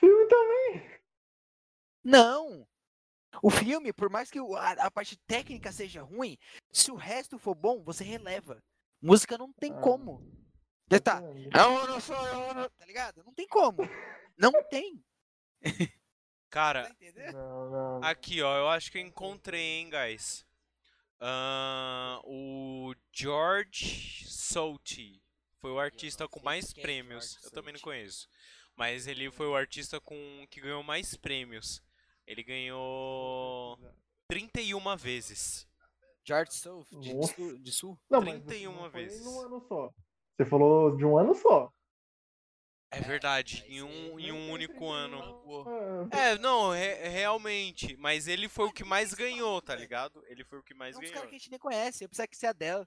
Filme também. Não! O filme, por mais que o- a, a parte técnica seja ruim, se o resto for bom, você releva. Música não tem Ah. como. Já tá. Caralho. Não, não sou eu, não... Tá ligado? Não tem como. Não tem. Tá Cara, entendendo? Não, não. aqui ó, eu acho que eu encontrei, hein, guys. Ahn, o George Solti foi o artista não com sei mais quem é George prêmios. Eu também não Solti. conheço. Mas ele foi o artista com que ganhou mais prêmios. Ele ganhou 31 vezes. George South, de, de Nossa. sul, de sul? Não, mas 31 não foi vezes. Num um ano só. Você falou de um ano só. É verdade, em mas um, ele em um tem único 31 ano. Ah, É, não, re- realmente. Mas ele foi o que mais ganhou, tá ligado? Ele foi o que É mais um dos caras ganhou. que a gente nem conhece, eu preciso que seja dela.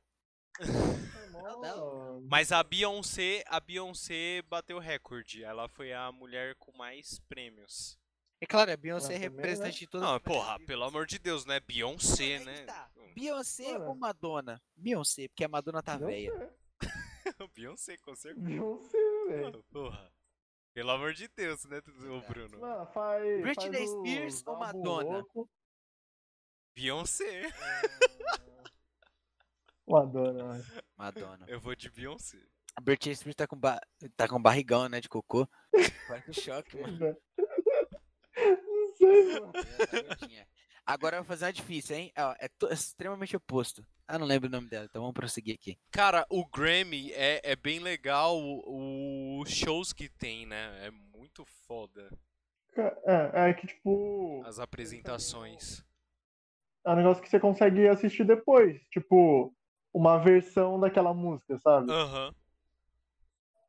[laughs] Tá foi mó- Mas a Beyoncé, a Beyoncé bateu recorde. Ela foi a mulher com mais prêmios. É claro, a Beyoncé é Ela também, né? representante de toda Não, porra, pelo amor de Deus, né? Beyoncé, Mas aí que né? tá. Beyoncé Mano. ou Madonna? Beyoncé, porque a Madonna tá velha. Beyoncé. tá. [laughs] Beyoncé, com certeza. Beyoncé, velho. Porra. Pelo amor de Deus, né, ô Bruno? Mano, Ah, faz. Britney faz o Spears ou Zabu Madonna? Louco. Beyoncé. Madonna. Madonna. [laughs] Eu vou de Beyoncé. A Britney Spears tá com, ba... tá com barrigão, né, de cocô. Parece um choque, mano. Não sei, mano. Ela tá gordinha. Agora eu vou fazer uma difícil, hein? Ó, é to- extremamente oposto. Ah, não lembro o nome dela, então vamos prosseguir aqui. Cara, o Grammy é, é bem legal o- os shows que tem, né? É muito foda Ca- É, é que tipo. as apresentações. É um negócio que você consegue assistir depois. Tipo, uma versão daquela música, sabe? Aham.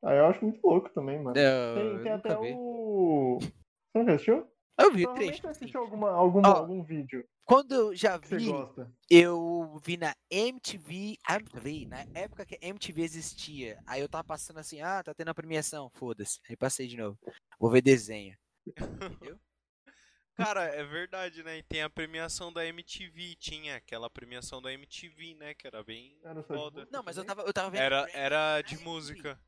Aí eu acho muito louco também, mano. É, Eu, Tem, tem eu até nunca vi. o. Você nunca assistiu? Eu vi Provavelmente três. você assistiu alguma, algum, Ó, algum vídeo Quando eu já que você vi, gosta. eu vi na MTV, ah, MTV, na época que a MTV existia. Aí eu tava passando assim, ah, tá tendo a premiação, foda-se. Aí passei de novo. Vou ver desenho. Cara, é verdade, né? E tem a premiação da MTV, tinha aquela premiação da MTV, né? Que era bem Era só de foda. música Não, mas eu também? tava, eu tava vendo. Era, Grammy. Ah, era de MTV. música.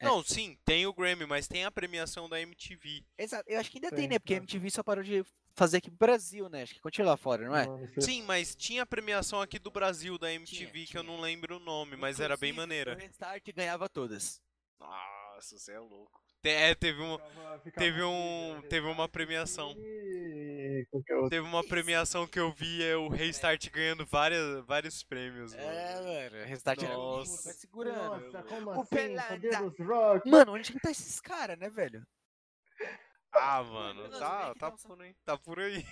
É. Não, sim, tem o Grammy, mas tem a premiação da MTV. Exato, eu acho que ainda Sim, tem, né? Porque a é. MTV só parou de fazer aqui pro Brasil, né? Acho que continua lá fora, não é? Mano, você- Sim, mas tinha a premiação aqui do Brasil da MTV que eu tinha. não lembro o nome, mas era bem Inclusive, O maneira. Restart ganhava todas. Nossa, você é louco. Te- É, teve uma, ficava- ficava teve aquele- um, teve uma premiação. E qualquer é outro. Teve uma Isso. premiação que eu vi é o Restart ganhando várias, vários prêmios. É, mano. mano, o Restart era muito, Nossa. vai segurando. Nossa, como O assim? Pelada. Cadê os rock? Mano, onde que tá esses caras, né, velho? Ah, mano, Nossa, como é tá, que tá tá essa- por aí. Tá por aí.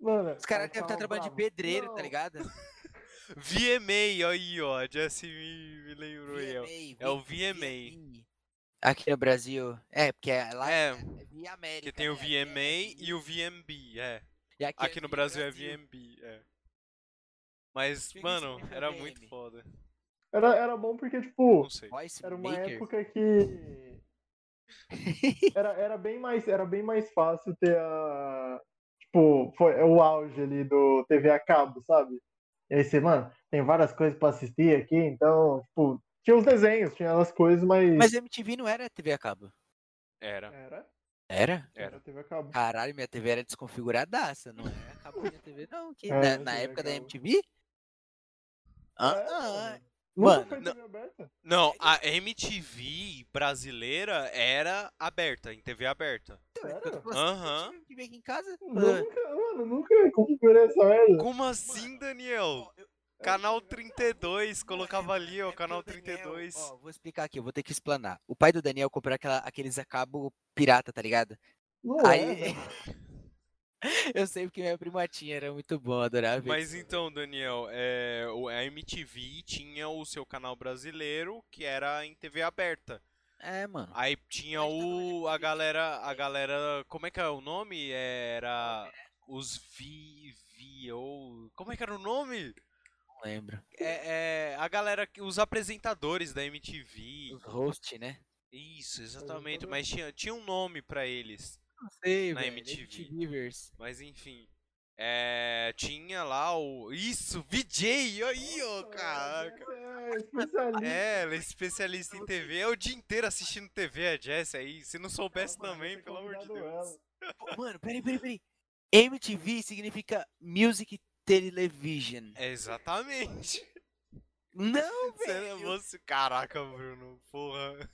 Mano, um Os eu caras devem estar tava trabalhando de bravo. pedreiro, Não, tá [laughs] ligado? VMA, aí, ó. A Jessie me, me lembrou aí, ó. VMA, É o VMA. Aqui no Brasil. É, porque é lá é, É, Via América. que tem o né? VMA e o VMB, é. E Aqui é no Via Brasil é VMB, é. Mas, Por que que mano, significa era VMB? muito foda. Era, era bom porque, tipo, Não sei. Voice era uma Maker. época que. Era, era, bem mais, era bem mais fácil ter a. Tipo, foi é o auge ali do TV a cabo, sabe? E aí você, mano, tem várias coisas pra assistir aqui, então, tipo, tinha os desenhos, tinha as coisas, mas. Mas MTV não era TV a cabo. Era, Era, Era? era TV a cabo. Caralho, minha TV era desconfiguradaça, não era a cabo minha TV, não. Que, É, na- não na tinha época da cabo. MTV? Ah, É, ah, mano. Nunca foi Mano, TV aberta? Não, a MTV brasileira era aberta, em TV aberta. Então, é Sério? quando você Aham. tinha MTV aqui em casa? Nunca, mano, nunca configurei essa merda. Como assim, Daniel? Ó, eu- Canal 32, colocava ali, ó, é porque canal o Daniel- 32. Ó, vou explicar aqui, eu vou ter que explanar. O pai do Daniel comprou aquela, aqueles a cabo pirata, tá ligado? Não é, [laughs] Aí. velho. eu sei porque minha prima tinha, era muito bom, adorava. ver. Mas então, Daniel, é, o- a MTV tinha o seu canal brasileiro, que era em TV aberta. É, mano. Aí tinha Mas tá o falando a de galera, a galera, como é que é o nome? Era os vi, vi ou como é que era o nome? Não lembro. É, é, a galera, que- os apresentadores da MTV. Os host, né? Isso, exatamente. Mas tinha, tinha um nome pra eles. Não sei, Na velho. MTV. MTVers. Mas enfim. É, tinha lá o. Isso, VJ! Aí, ó, caraca! É, especialista. É, ela é especialista em TV. É o dia inteiro assistindo TV, a Jess aí. Se não soubesse Mano, também, ter pelo amor de convidado Deus. Pô, Mano, peraí, peraí, peraí. MTV significa Music Television. É, Exatamente. Não, Você, velho. você, caraca, Bruno, porra.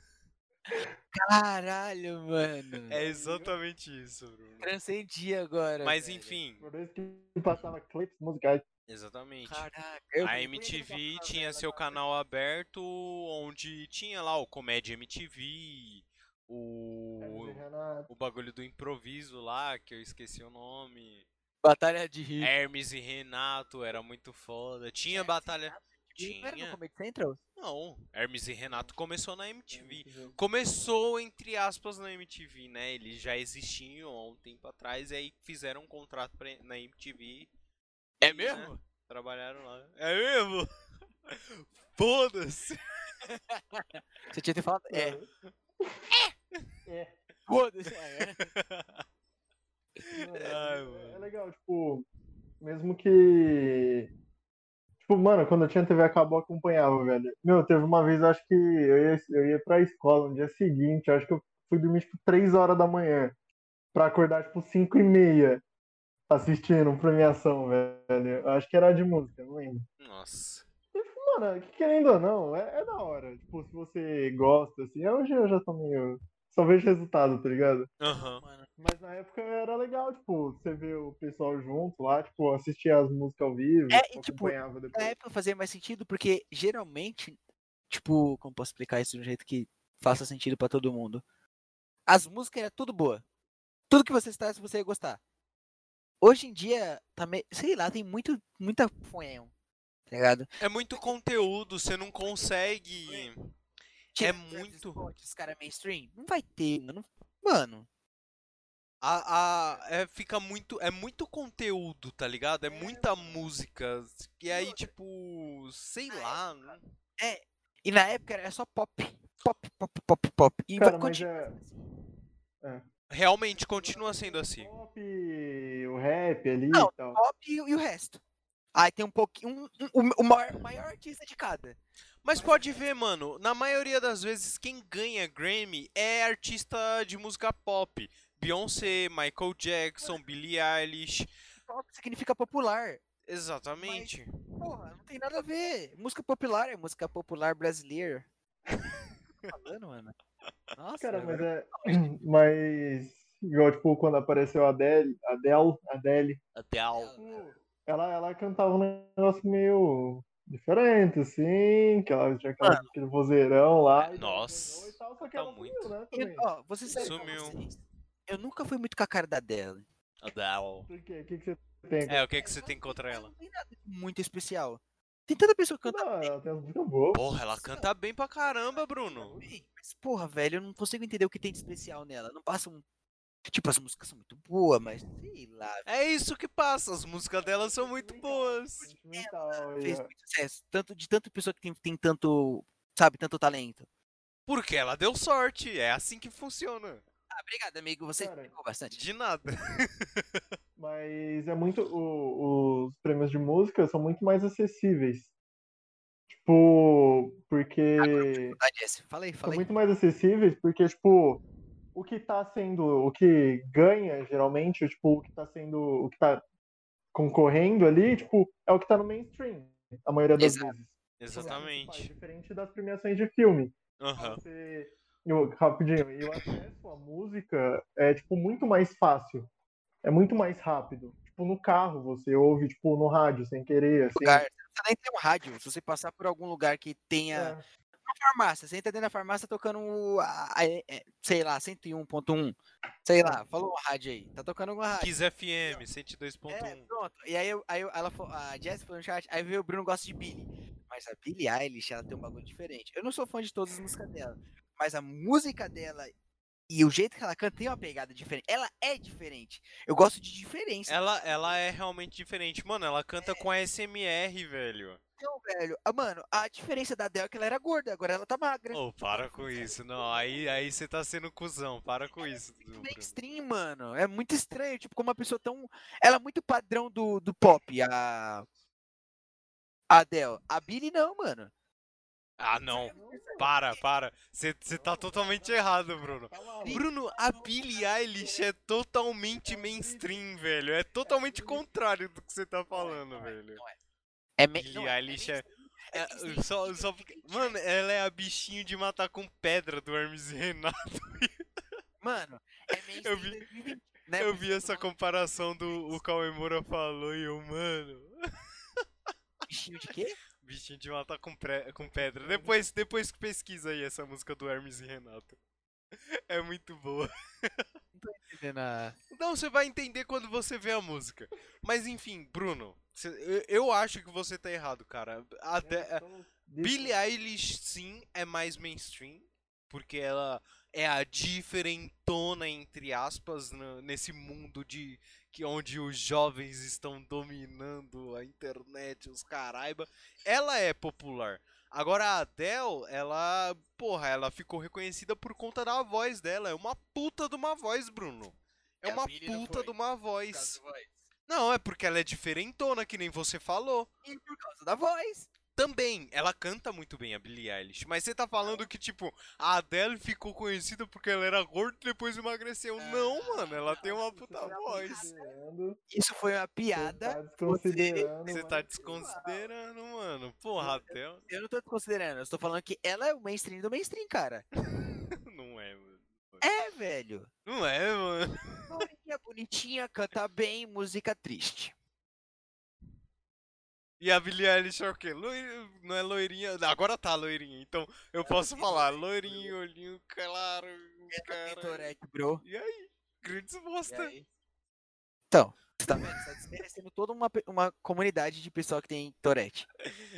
Caralho, mano. É exatamente isso, Bruno. É, Transcendi agora. Mas velho. enfim, Por isso que [laughs] passava clipes musicais. exatamente. Caraca. eu A fui- fui naquele MTV canal, tinha velho, seu agora. canal aberto, onde tinha lá o Comédia MTV, o, Hermes e Renato. o bagulho do improviso lá, que eu esqueci o nome. Batalha de Rio. Hermes e Renato, era muito foda. Tinha Hermes e batalha. Não era no Tinha. Comedy Central? Não, Hermes e Renato começou na MTV. Começou, entre aspas, na MTV, né? Eles já existiam há um tempo atrás, e aí fizeram um contrato pra- na MTV. É né? Trabalharam lá. É mesmo? [laughs] Foda-se! Você tinha que ter falado. É. É. Foda-se. Ah, é. Mano, Ai, é, mano. é legal, tipo, mesmo que. Tipo, mano, quando eu tinha TV acabou, acompanhava, velho. Meu, teve uma vez, eu acho que eu ia, eu ia pra escola no dia seguinte, eu acho que eu fui dormir, tipo, 3 horas da manhã. Pra acordar, tipo, 5 e meia. Assistindo premiação, velho. Eu acho que era de música, não lembro. Nossa. Mano, que querendo ou não, é, é da hora. Tipo, se você gosta, assim, eu hoje eu já tô meio. Só vejo resultado, tá ligado? Aham. Mano, Mas na época era legal, tipo, você vê o pessoal junto lá, tipo, assistir as músicas ao vivo, É, e, tipo, acompanhava na depois. época fazia mais sentido porque geralmente, tipo, como posso explicar isso de um jeito que faça sentido pra todo mundo? As músicas era tudo boa. Tudo que você está, você ia gostar. Hoje em dia, também, sei lá, tem muito, muita funhão, tá ligado? É muito conteúdo, você não consegue. Tira É muito. Scott, os caras mainstream, não vai ter, mano. Mano, A, a- é, fica muito. É muito conteúdo, tá ligado? É muita música. E aí, tipo, sei lá. né? e na época era só pop. Pop, pop, pop, pop. E Cara, vai mas continuar é- sendo assim. Realmente continua sendo assim. Pop, o rap ali Não, e tal. pop e, e o resto. Aí tem um pouquinho. Um, um- o maior, maior artista de cada. Mas pode ver, mano, na maioria das vezes quem ganha Grammy é artista de música pop. Beyoncé, Michael Jackson, Billie Eilish. Pop significa popular. Exatamente. Porra, não tem nada a ver. Música popular é música popular brasileira. [laughs] Tá falando, mano? Nossa, Cara, mas agora- é. [clears throat] Mas. Igual, tipo, quando apareceu a Adele, Adele, Adele, Adele. ela, ela cantava um negócio meio diferente, assim, que ela tinha aquela, aquele vozeirão lá. e Nossa, E tal, só que tá ela sumiu, muito. né, Eu- também. ó, vocês sabem pra Sumiu. vocês, Eu nunca fui muito com a cara da dela. Adele. Por quê? O que, que você tem? É, o que, que você tem contra ela? Não tem nada de muito especial. Tem tanta pessoa que canta Não, ela tem umas músicas boas. Porra, ela canta bem pra caramba, Bruno. bem, mas porra, velho, eu não consigo entender o que tem de especial nela. Não passa um. Tipo, as músicas são muito boas, mas sei lá, É isso que passa, as músicas dela são muito boas. Instrumental então, aí, fez ó. muito sucesso. Tanto, de tanta pessoa que tem, tem tanto, sabe, tanto talento. Porque ela deu sorte, é assim que funciona. Ah, obrigado, amigo. Você Cara, explicou bastante. De nada. Mas é muito. o- os prêmios de música são muito mais acessíveis. Tipo, tipo, porque. Ah, Jesse, fala aí, são fala aí. é muito mais acessíveis, porque, tipo, o que tá sendo, o que ganha, geralmente, tipo, o que tá sendo, o que tá concorrendo ali, tipo, é o que tá no mainstream, a maioria das Exato. vezes. Tipo, ah, Exatamente. Diferente das premiações de filme. Aham. Você- eu- rapidinho, e o acesso à música é, tipo, muito mais fácil. É muito mais rápido. Tipo, no carro, você ouve, tipo, no rádio, sem querer, assim. Lugar. Você não precisa nem ter um rádio. Se você passar por algum lugar que tenha. É. Farmácia, você entra dentro da farmácia tocando. o- a- a- é- é, sei lá, 101.1. Sei lá, falou um rádio aí. Tá tocando alguma rádio. Kiss FM, É, 102.1. pronto. E aí, eu- aí eu- ela, fa- a Jess falou no chat, aí veio o Bruno gosta de Billy. Mas a Billie Eilish, ela tem um bagulho diferente. Eu não sou fã de todas as músicas dela, mas a música dela e o jeito que ela canta tem uma pegada diferente. Ela é diferente. Eu gosto de diferença. Ela, ela é realmente diferente. Mano, ela canta com a SMR, velho. Então, velho, ah, mano, a diferença da Adele é que ela era gorda, agora ela tá magra. Ô, para com isso. Não, aí aí você tá sendo cuzão. Para com isso. Muito Bruno. mainstream, mano. É muito estranho, tipo, como uma pessoa tão... Ela é muito padrão do, do pop, a... A Adele. A Billie não, mano. Ah, não. Para, para. Você você tá totalmente errado, Bruno. Tá maluco. Bruno, a Billie Eilish é totalmente mainstream, velho. É totalmente contrário do que você tá falando, velho. É me... Billie não, é- é Eilish é- mainstream. É, mainstream, só, é só mainstream. porque... Mano, ela é a bichinho de matar com pedra do Hermes e Renato. Mano, é [laughs] mainstream vi- 2020, né? Eu Mas vi todo essa mundo comparação do o Cauê Moura falou e eu, mano. é Bichinho de [laughs] quê? Bichinho de matar com, pre- com pedra. Depois, depois que pesquisa aí essa música do Hermes e Renato. É muito boa. Então você vai entender quando você vê a música. Mas enfim, Bruno, cê- eu- eu acho que você tá errado, cara. Até, É, então, Billie Eilish, sim, é mais mainstream, porque ela é a diferentona, entre aspas, na- nesse mundo de que onde os jovens estão dominando a internet, os caraiba. Ela é popular. Agora a Adele, ela, porra, ela ficou reconhecida por conta da voz dela. É uma puta de uma voz, Bruno. É E a uma Billie não puta foi, de uma Por causa voz. da voz. Não, é porque ela é diferentona, que nem você falou. E por causa da voz. Também, ela canta muito bem, a Billie Eilish. Mas você tá falando que, tipo, a Adele ficou conhecida porque ela era gorda e depois emagreceu. Não, mano, ela tem uma puta voz. é, Considerando, Isso foi uma tá piada. desconsiderando. Você mas- tá desconsiderando, mano. Porra, Adele. Eu é não é. tô considerando, eu estou falando que ela é o mainstream do mainstream, cara. Não é, mano. É, velho. Não é, mano. Florinha bonitinha, canta bem, música triste. E a Billie Eilish é o quê? Loir- Não é loirinha. Agora tá loirinha, então eu posso falar. Loirinho, olhinho claro, cara. Torek, bro. E aí? Grandes E bosta. aí? Então, você tá vendo? Você tá desmerecendo toda uma, pe- uma comunidade de pessoal que tem Tourette.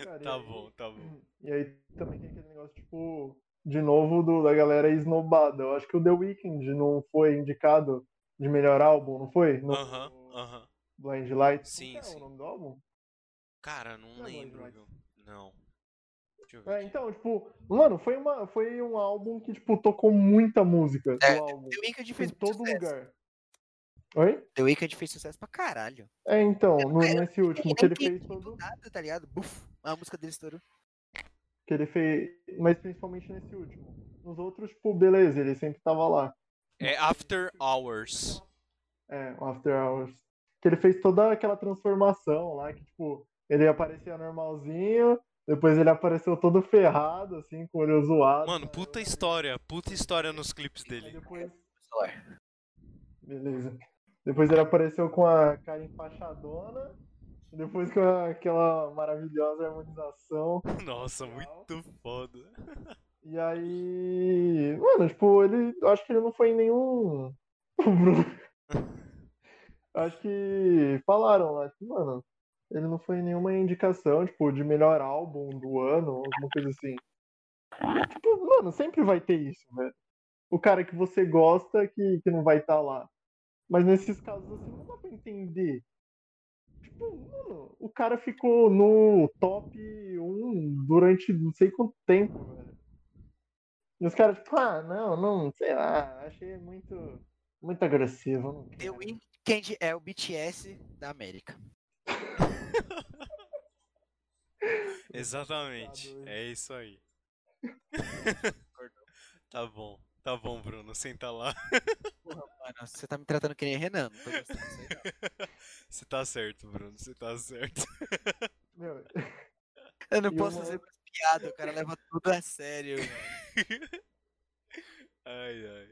Cara, Tá e aí- bom, tá bom. E aí também tem aquele negócio, tipo, de novo do, da galera esnobada. Eu acho que o The Weeknd não foi indicado de melhor álbum, não foi? Hum. No Aham, aham. Blind Light. Sim, Qual que é sim. o nome do álbum? Cara, não Não, lembro, mas- viu? Não. Deixa eu ver. É, aqui. então, tipo, mano, foi, uma, foi um álbum que, tipo, tocou muita música. É, o álbum. The Weeknd Em fez muito todo sucesso. lugar. Oi? The Weeknd fez sucesso pra caralho. É, então, no- Eu- nesse último, que ele fez todo. Do nada, tá ligado? Buf, a música dele estourou. que ele fez, mas principalmente nesse último. Nos outros, tipo, beleza, ele sempre tava lá. É After Hours. É, o After Hours. Que ele fez toda aquela transformação lá, que tipo, ele aparecia normalzinho, depois ele apareceu todo ferrado, assim, com o olho zoado. Mano, puta história. Puta história nos clipes Aí dele. [laughs] depois, Solar. beleza. Depois ele apareceu com a cara enfaixadona, depois com a- aquela maravilhosa harmonização. Nossa, muito foda. E aí. Mano, tipo, ele. eu Acho que ele não foi em nenhum. [laughs] O Bruno. Acho que falaram lá, tipo, mano, ele não foi em nenhuma indicação, tipo, de melhor álbum do ano, alguma coisa assim. Tipo, mano, sempre vai ter isso, velho. O cara que você gosta que, que não vai estar lá. Mas nesses casos, assim, não dá pra entender. Tipo, mano, o cara ficou no top 1 durante não sei quanto tempo, velho. E os caras, tipo, ah, não, não, sei lá, achei muito, muito agressivo. Não The quero. Weeknd é o BTS da América. Exatamente. É isso aí. [laughs] tá bom. Tá bom, Bruno. Senta lá. [laughs] Porra, mano, você tá me tratando que nem Renan. Não tô gostando disso aí, não. Você tá certo, Bruno. Você tá certo. [laughs] Meu, [laughs] Eu não E posso uma fazer mais piada, o cara leva tudo a sério. mano. Ai, ai.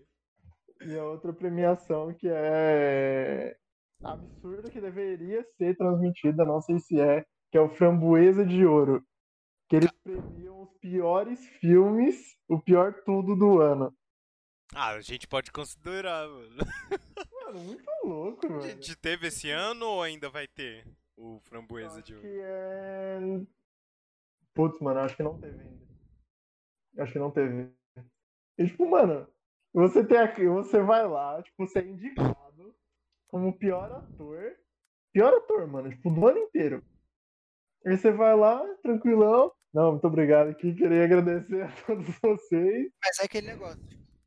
e a outra premiação que é absurda, que deveria ser transmitida, não sei se é, que é o Framboesa de Ouro. Que eles premiam os piores filmes, o pior tudo do ano. Ah, a gente pode considerar, mano. [laughs] Mano, muito louco, A velho. gente teve esse ano ou ainda vai ter o framboesa Acho de ouro? que é... Putz, mano, acho que não teve ainda. Acho que não teve. E, tipo, mano, você tem aqui, você vai lá, tipo, você é indicado como o pior ator. Pior ator, mano, tipo, do ano inteiro. Aí você vai lá, tranquilão. Não, muito obrigado aqui. Queria agradecer a todos vocês. Mas é aquele negócio.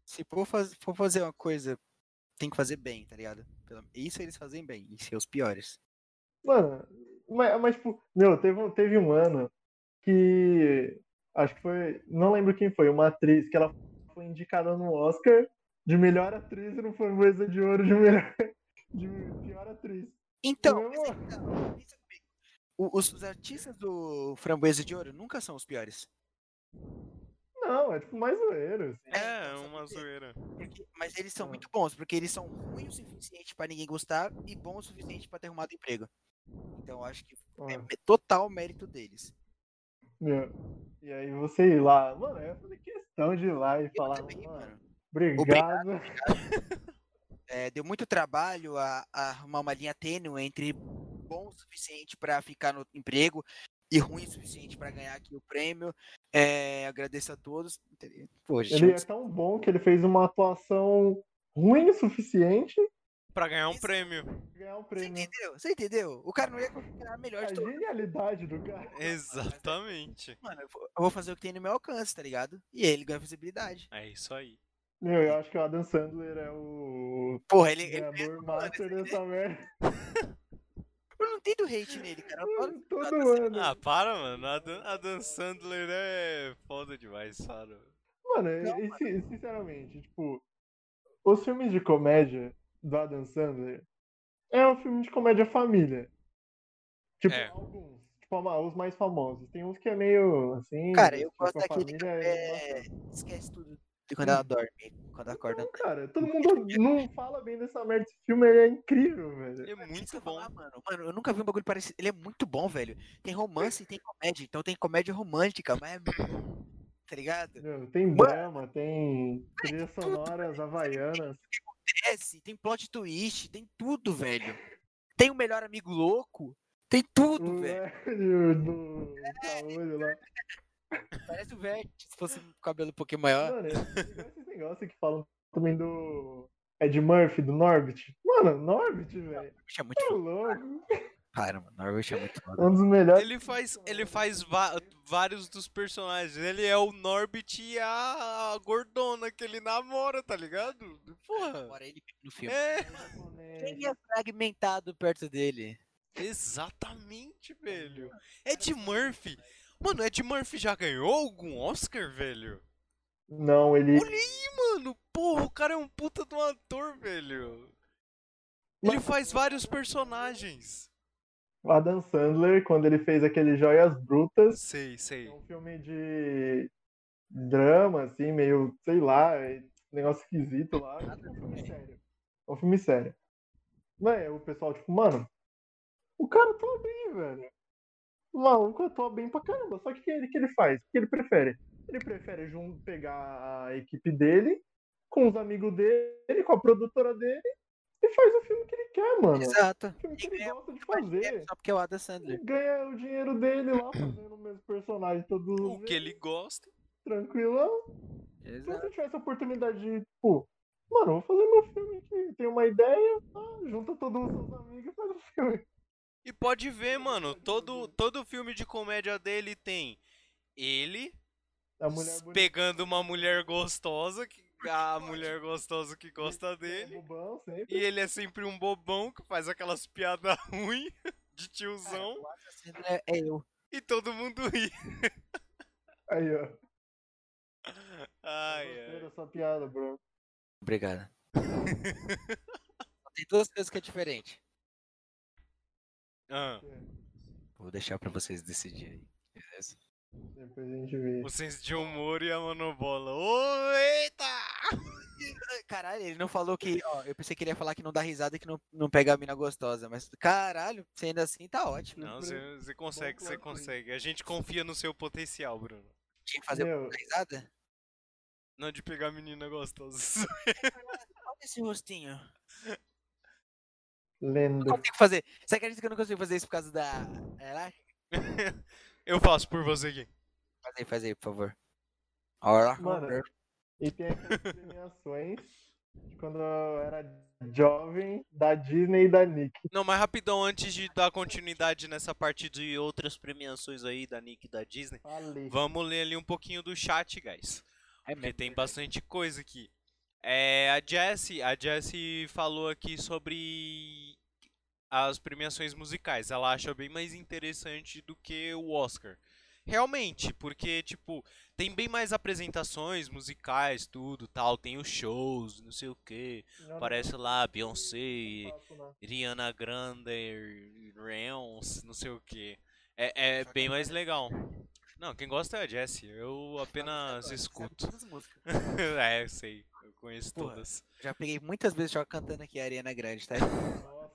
Se for, faz- for fazer uma coisa, tem que fazer bem, tá ligado? Pelo- Isso eles fazem bem, e seus piores. Mano, mas, mas, tipo, meu, teve, um- teve um ano que acho que foi, não lembro quem foi, uma atriz que ela foi indicada no Oscar de melhor atriz e não foi mesa de ouro de melhor [laughs] de pior atriz. Então, Meu mas aí que tá, pensa comigo. O- os, os artistas do Framboesa de Ouro nunca são os piores. Não, é tipo mais zoeiro. assim. É, então, sabe uma por quê? zoeira. Porque- mas eles são Ah. muito bons, porque eles são ruins o suficiente pra ninguém gostar e bons o suficiente pra ter arrumado emprego. Então eu acho que é Ah, total mérito deles. meu. E aí você ir lá, mano, é fazer questão de ir lá e Eu falar, também, mano, mano. obrigado. É, deu muito trabalho a, a arrumar uma linha tênue entre bom o suficiente pra ficar no emprego e ruim o suficiente pra ganhar aqui o prêmio. É, agradeço a todos. Entendeu? Pô, gente, [laughs] Ele é eu- tão bom que ele fez uma atuação ruim o suficiente Pra ganhar um Isso. prêmio. pra ganhar um Você prêmio. É entendeu? Você entendeu? O cara não ia considerar a melhor A de todo genialidade do cara. Exatamente. Mano, eu vou- eu vou fazer o que tem no meu alcance, tá ligado? E ele ganha visibilidade. É isso aí. Meu, eu acho que o Adam Sandler é o é Porra, ele, é ele [laughs] ganhador master dessa merda. Eu não entendo o hate nele, cara. [laughs] Eu adoro Hum, Todo Adam Sandler. ano. Ah, para, mano. A Dan, a Dan Sandler é foda demais, para. Mano, Não, e si- sinceramente, tipo, os filmes de comédia do Adam Sandler é um filme de comédia família. Tipo, É. alguns. Tipo, ama- os mais famosos. Tem uns que é meio assim. Cara, eu tipo, gosto a daquele família é, esquece tudo de Hum. quando ela dorme, quando acorda. Não, cara, todo mundo não fala bem dessa merda. Esse filme ele é incrível, velho. É Mano, isso que muito eu ia bom. falar, mano. Mano, eu nunca vi um bagulho parecido. Ele é muito bom, velho. Tem romance e tem comédia. Então tem comédia romântica, mas é muito bom. Tá ligado? Meu, Tem drama, tem trilhas sonoras havaianas. Acontece, tem plot twist, tem tudo, velho. Tem o melhor amigo louco. Tem tudo, O velho. Hércules é, do Saúde lá. é. Parece o Vértice, se fosse um cabelo um pouquinho maior. Mano, é, igual esses negócios que falam também do Ed Murphy, do Norbit. Mano, Norbit, velho. Norwich é muito Tá foda. louco. Cara, mano, Norwich é muito foda. Um dos melhores. Ele faz, ele faz va- vários dos personagens. Ele é o Norbit e a, a gordona que ele namora, tá ligado? Porra. Fora ele no filme. É, japonês. Quem é fragmentado perto dele? exatamente, velho. É Ed Murphy. Mano, Ed Murphy já ganhou algum Oscar, velho? Não, ele. Olha aí, mano. Porra, o cara é um puta de um ator, velho. Ele Mas- faz vários personagens. O Adam Sandler, quando ele fez aquele Joias Brutas, Sei, é sei. um filme de drama, assim, meio, sei lá, é um negócio esquisito lá. É um filme sério. É um filme sério. Véi, o pessoal, tipo, mano, o cara atua bem, velho. O maluco atua bem pra caramba. Só que o que ele, que ele faz? O que ele prefere? Ele prefere junto pegar a equipe dele, com os amigos dele, com a produtora dele, e faz o filme que ele quer, mano. Exato. O filme que ele gosta de É fazer. Só porque é o Adam Sandler. Ganha o dinheiro dele lá, fazendo o mesmo personagem todo O que ele Né? gosta. tranquilão. Se Exato. você tivesse a oportunidade de, tipo, mano, eu vou fazer meu filme aqui, tem uma ideia, tá? junta todos os seus amigos e faz um filme. E pode ver, mano, todo, todo filme de comédia dele tem ele A mulher bonita pegando uma mulher gostosa, que, a mulher gostosa que gosta é dele, bobão sempre. e ele é sempre um bobão que faz aquelas [laughs] piadas ruins de tiozão, O Adam Sandler é eu. e todo mundo ri. Aí, ó. É Ai, ai. Ai, essa piada, bro. Obrigado. [laughs] Tem duas coisas que é diferente. Ah, Vou deixar pra vocês decidirem. Beleza? Depois a gente vê. o senso de humor e a manobola. Ô, eita! Caralho, ele não falou que. Ó, eu pensei que ele ia falar que não dá risada e que não, não pega a mina gostosa. Mas caralho, sendo assim tá ótimo. Não, você você consegue, você consegue. A gente confia no seu potencial, Bruno. Tinha que fazer Meu. uma risada? Não de pegar menina gostosa. [laughs] Olha esse rostinho. Lenda. Não consigo fazer. Você acredita que eu não consigo fazer isso por causa da. É lá? Eu faço por você aqui. Faz aí, faz aí, por favor. Olha lá. Mano. E tem [laughs] aquelas premiações de quando eu era jovem, da Disney e da Nick. Não, mas rapidão, antes de dar continuidade nessa parte de outras premiações aí da Nick e da Disney, Falei. vamos ler ali um pouquinho do chat, guys. É Porque mesmo. tem bastante coisa aqui. É, a Jessie, a Jessie falou aqui sobre as premiações musicais. Ela acha bem mais interessante do que o Oscar. Realmente, porque, tipo, tem bem mais apresentações musicais, tudo tal, tem os shows, não sei o que. Parece lá Beyoncé e Rihanna Grande, Reons, não sei o que. É, é Só que bem eu mais não- legal. Não, quem gosta é a Jessie. Eu apenas Sabe escuto. é [laughs] todas as músicas. é, eu sei. Eu conheço Porra. todas. Já peguei muitas vezes já cantando aqui a Ariana Grande, tá? Nossa,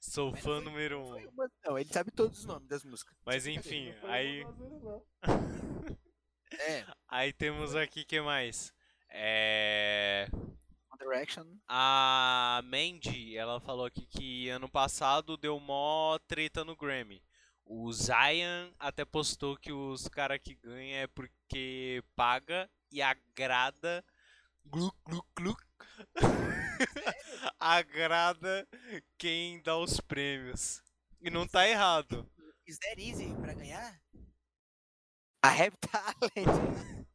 Sou Mas fã foi- número Foi um. uma- Não, ele sabe todos os nomes das músicas. Mas não enfim, foi aí, uma das vezes, não. É, aí temos aqui que mais? É. One Direction. A Mandy, ela falou aqui que ano passado deu mó treta no Grammy. O Zion até postou que os cara que ganha é porque paga e agrada. Gluc, gluc, gluc. [laughs] agrada quem dá os prêmios. E não tá errado. Is that easy pra ganhar? A Rap tá Talent.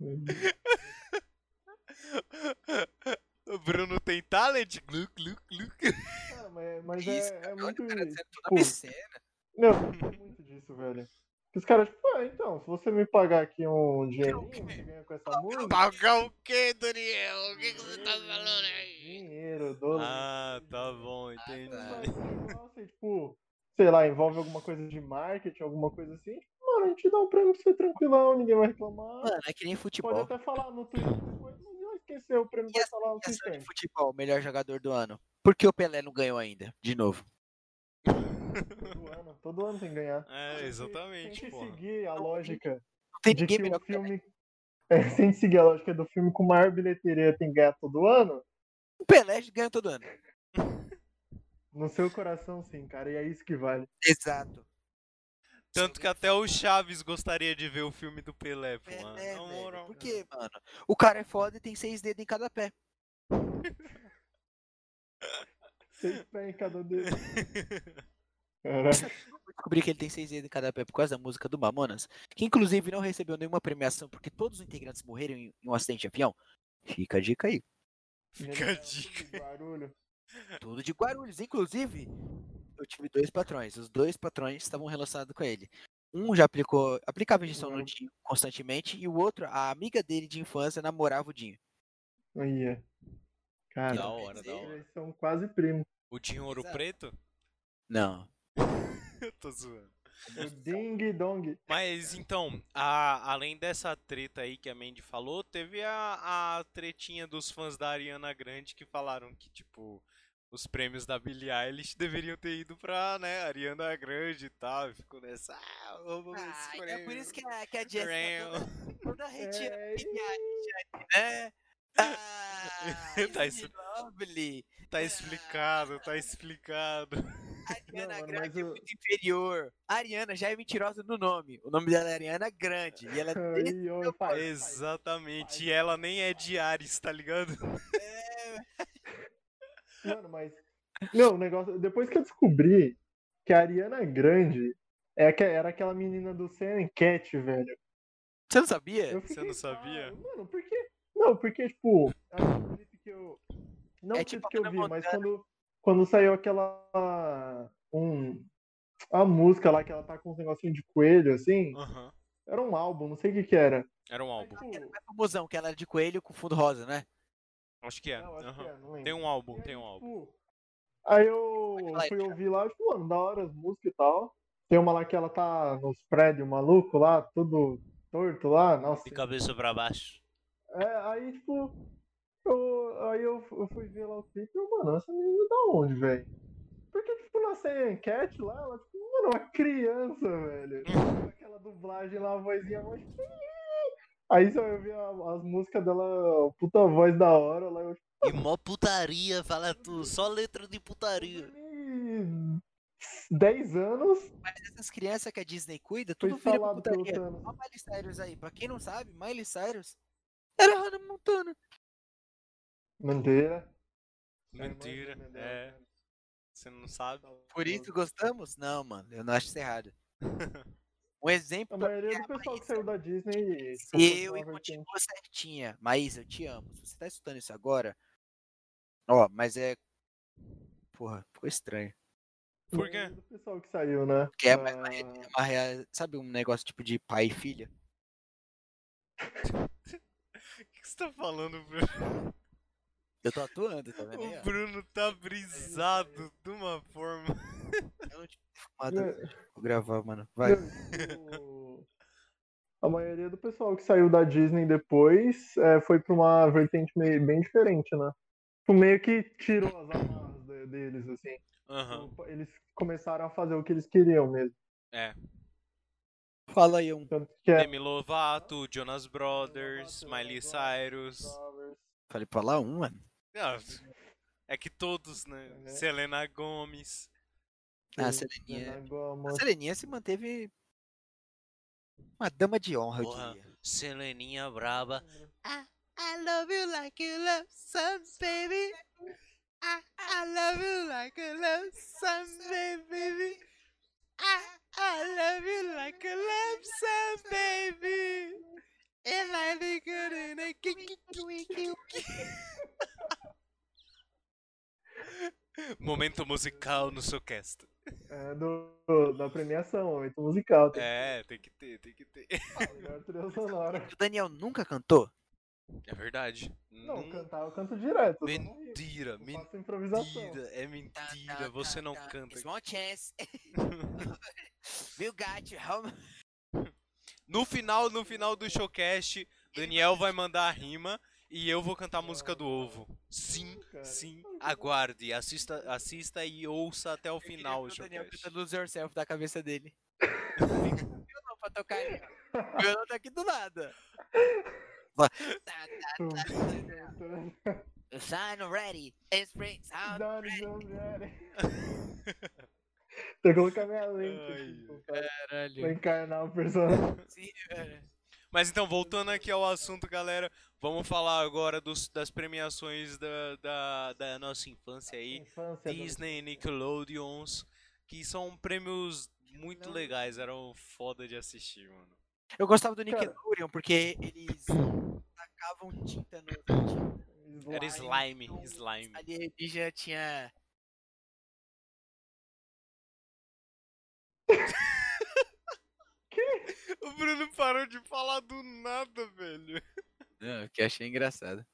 Meu Deus. O Bruno tem talent? Gluc, gluc, gluc. Cara, mas, mas Que isso, é, é Olha muito. o cara dizendo toda pô. obscena. Não, é muito disso, velho. Os caras, tipo, ah, então, se você me pagar aqui um dinheirinho, você ganha com essa música. Pagar o que, Daniel? O que, que você tá falando aí? Dinheiro, dólar. Ah, tá bom, entendi. Ah, tá. Nossa, e, tipo, sei lá, envolve alguma coisa de marketing, alguma coisa assim. Mano, a gente dá um prêmio pra você tranquilão, ninguém vai reclamar. Mano, é que nem Pode futebol. até falar no Twitter depois, mas não esquecer o prêmio E vai essa- falar no Essa de Twitter. futebol, melhor jogador do ano. Por que o Pelé não ganhou ainda? De novo. Todo ano, todo ano tá. tem que ganhar. É, Tem exatamente, que porra. seguir a lógica Não tem de ninguém que o melhor que o Pelé. filme. É, sem seguir a lógica do filme com maior bilheteria tem que ganhar todo ano, O Pelé ganha todo ano. no seu coração sim, cara, e é isso que vale. Exato. Tanto que até o Chaves gostaria de ver o filme do Pelé, pô. É, Pelé, mano. Na velho. moral. Por quê, mano? O cara é foda e tem seis dedos em cada pé. [laughs] Seis pés em cada dedo. Cara, Eu descobri que ele tem seis dedos em cada pé por causa da música do Mamonas, que inclusive não recebeu nenhuma premiação porque todos os integrantes morreram em em um acidente de avião. Fica a dica aí. Fica a melhor dica. de Barulho. Tudo de Guarulhos. Inclusive, eu tive dois patrões. Os dois patrões estavam relacionados com ele. Um já aplicou, aplicava injeção no Uhum. Dinho constantemente, e o outro, a amiga dele de infância, namorava o Dinho. Aí, é. Cara, Da hora, da hora. eles são quase primos. O Dinho Ouro Exato. Preto? Não. [laughs] Eu tô zoando. O Ding Dong. Mas então, a- além dessa treta aí que a Mandy falou, teve a, a tretinha dos fãs da Ariana Grande que falaram que, tipo, os prêmios da Billie Eilish deveriam ter ido pra, né, Ariana Grande e tal. E ficou nessa. Ah, vamos ver esse Ah, é prêmio. por isso que a, que a Jess tá Prêmio. toda, [laughs] toda retirada, É, [laughs] né? Ah, [laughs] Tá isn't it lovely. Tá explicado, tá explicado. A Ariana mano, Grande é mas o- muito inferior. A Ariana já é mentirosa no nome. O nome dela é Ariana Grande. E [laughs] ela é aí, ô, pai. Exatamente. E ela nem é de Ares, tá ligado? Mano, mas. Não, o negócio. Depois que eu descobri que a Ariana Grande é aque- era aquela menina do Sam Cat, velho. Você não sabia? Eu É, Você fiquei, não sabia? "Ah, Mano, por quê? Não, porque, tipo, a clipe que eu. Não É o clipe tipo que eu Hannah vi, mas Montana. quando, quando saiu aquela. Um, a música lá que ela tá com um negocinho de coelho, assim. Aham. Era um álbum, não sei o que que era. Era um álbum. Tipo, É famosão, que ela era de coelho com fundo rosa, né? Acho que é. não, acho Aham. que é, não lembro. Tem um álbum, E tem um aí, álbum. tipo, Aí eu Pode falar aí, fui Thiago. ouvir lá, tipo, mano, da hora as músicas e tal. Tem uma lá que ela tá nos prédios maluco lá, tudo torto lá, nossa. cabeça pra baixo. É, aí, tipo, eu, aí eu, eu fui ver lá o clipe e eu, mano, essa menina é da onde, velho? Porque, tipo, na Sam enquete lá, ela, tipo, mano, uma criança, velho. Aquela dublagem lá, a vozinha mais. Aí só eu vi a- as músicas dela, a puta voz da hora lá, eu, tipo, E mó putaria, fala tu, só letra de putaria. Ele- 10 anos Mas essas crianças que a Disney cuida, foi tudo vira pra instalado pelo putaria. Thanos. Olha a Miley Cyrus aí. Pra quem não sabe, Miley Cyrus [laughs] era Hannah Montana. Mandeira. Mentira, é. Você não sabe? Por tá isso gostamos? Não, mano, eu não acho isso [laughs] errado. Um exemplo A pra maioria mim é do a pessoal que Maísa. saiu da Disney. tipo, Eu foi e uma vertente. continua certinha. Maísa, eu te amo. Se você tá escutando isso agora. Ó, mas é. Porra, ficou estranho. Por A quê? maioria do pessoal que saiu, né? Porque é, Ah, mais- mais- é uma rea- Sabe um negócio tipo de pai e filha? O que você tá falando, Bruno? Eu tô atuando, [laughs] tá vendo? aí, O ó? Bruno tá brisado de uma forma. Eu não tinha Ah, é, fumado antes de gravar, mano. Vai. não, tipo, A maioria do pessoal que saiu da Disney depois é, foi pra uma vertente meio, bem diferente, né? Tipo, meio que tirou as amarras de- deles, assim. Aham, Eles começaram a fazer o que eles queriam mesmo. é. Fala aí um. Tanto que é. Demi Lovato, Jonas Brothers, Miley Cyrus. Falei pra lá um, mano. Ah, É que todos, né? Uhum. Selena Gomes. Ah, Sim, Seleninha. Selena Gomez. A Seleninha se manteve. Uma dama de honra, Porra. eu diria. Seleninha Braba. I love you like you love some baby. I, I love you like you love some baby. I, I love you like you love some baby. And I think good in a kick, kick, kick, kick. Momento musical no seu cast. É do, do- da premiação, momento musical. Tem É, tem que ter, tem que ter. que ter a melhor trilha [laughs] sonora. O Daniel nunca cantou? É verdade. Não, Hum, cantar eu canto direto. eu não- mentira, Eu mentira, faço improvisação. é mentira. Você não canta. Small [laughs] chance. Bill Gat, how No final, no final do showcast, Daniel vai mandar a rima e eu vou cantar a música do ovo. Sim, Cara. sim, aguarde, assista, assista e ouça até o final o o Daniel canta showcast. Lose Yourself da cabeça dele. Eu não pra [laughs] tocar ele. O violão tá aqui do nada. Tá, tá, Tum, tá. tum, tum. Sign ready. It's print sound. Dá-lhe, dá-lhe, [laughs] dá-lhe. Tem que colocar minha lente Ai, aqui, pô, pra- pra Caralho. encarnar o personagem. Sim, cara. [laughs] Mas então, voltando aqui ao assunto, galera, vamos falar agora dos- das premiações da, da, da nossa é infância aí. Infância, Disney, Nickelodeons, que são prêmios muito legais, eram foda de assistir, mano. Eu gostava do Cara. Nickelodeon porque eles tacavam tinta no. tinta adolescente, Era slime, slime. Ali ele já tinha. O Bruno parou de falar do nada, velho. Não, que achei engraçado.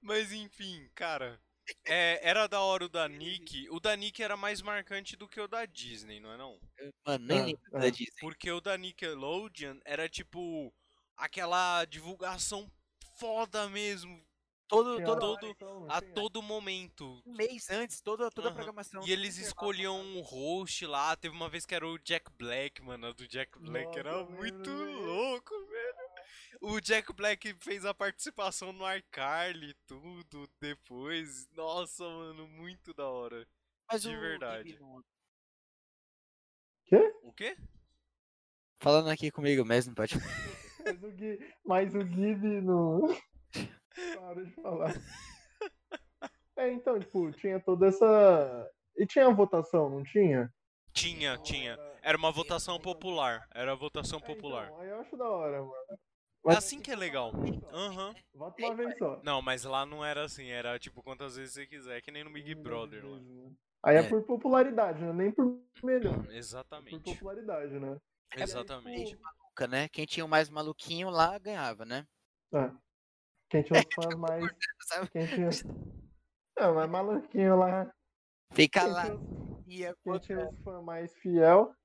Mas enfim, cara. é, era da hora o da Nick. O da Nick era mais marcante do que o da Disney, não é não? Mano, nem Ah, lembro ah. da Disney. Porque o da Nickelodeon era tipo aquela divulgação foda mesmo, Todo, Tinha todo todo- variação, a tinha? todo momento. um mês antes, toda, toda a Aham. programação. E é eles Intervalo. escolhiam um host lá, teve uma vez que era o Jack Black, mano, a do Jack Black Nossa, era eu lembro muito disso. louco, velho. O Jack Black fez a participação no iCarly e tudo depois. Nossa, mano, muito da hora. Mas de o verdade. Gabe não- O quê? Falando aqui comigo mesmo, pode. Mas o Gui, mas o Gibi não. [laughs] Para de [laughs] falar. É, então, tipo, tinha toda essa. E tinha votação, não tinha? Tinha, tinha. Era uma votação popular. Era votação então. É, então, tipo, popular. aí eu acho da hora, mano. É assim que é legal. então. Aham. Vota uma vez só. Não, mas lá não era assim, era tipo quantas vezes você quiser, que nem no Big Brother lá. Aí é, É. por popularidade, né? Nem por melhor. Por Exatamente. popularidade, né? É E aí, Exatamente. tipo, Maluca, né? Quem tinha o mais maluquinho lá ganhava, né? é. Quem tinha os fãs mais. Sabe? Quem tinha. é um Não, mas maluquinho lá. Fica Quem lá. tinha, os- Ia Uhum. quem contra... tinha os fãs é um mais fiel.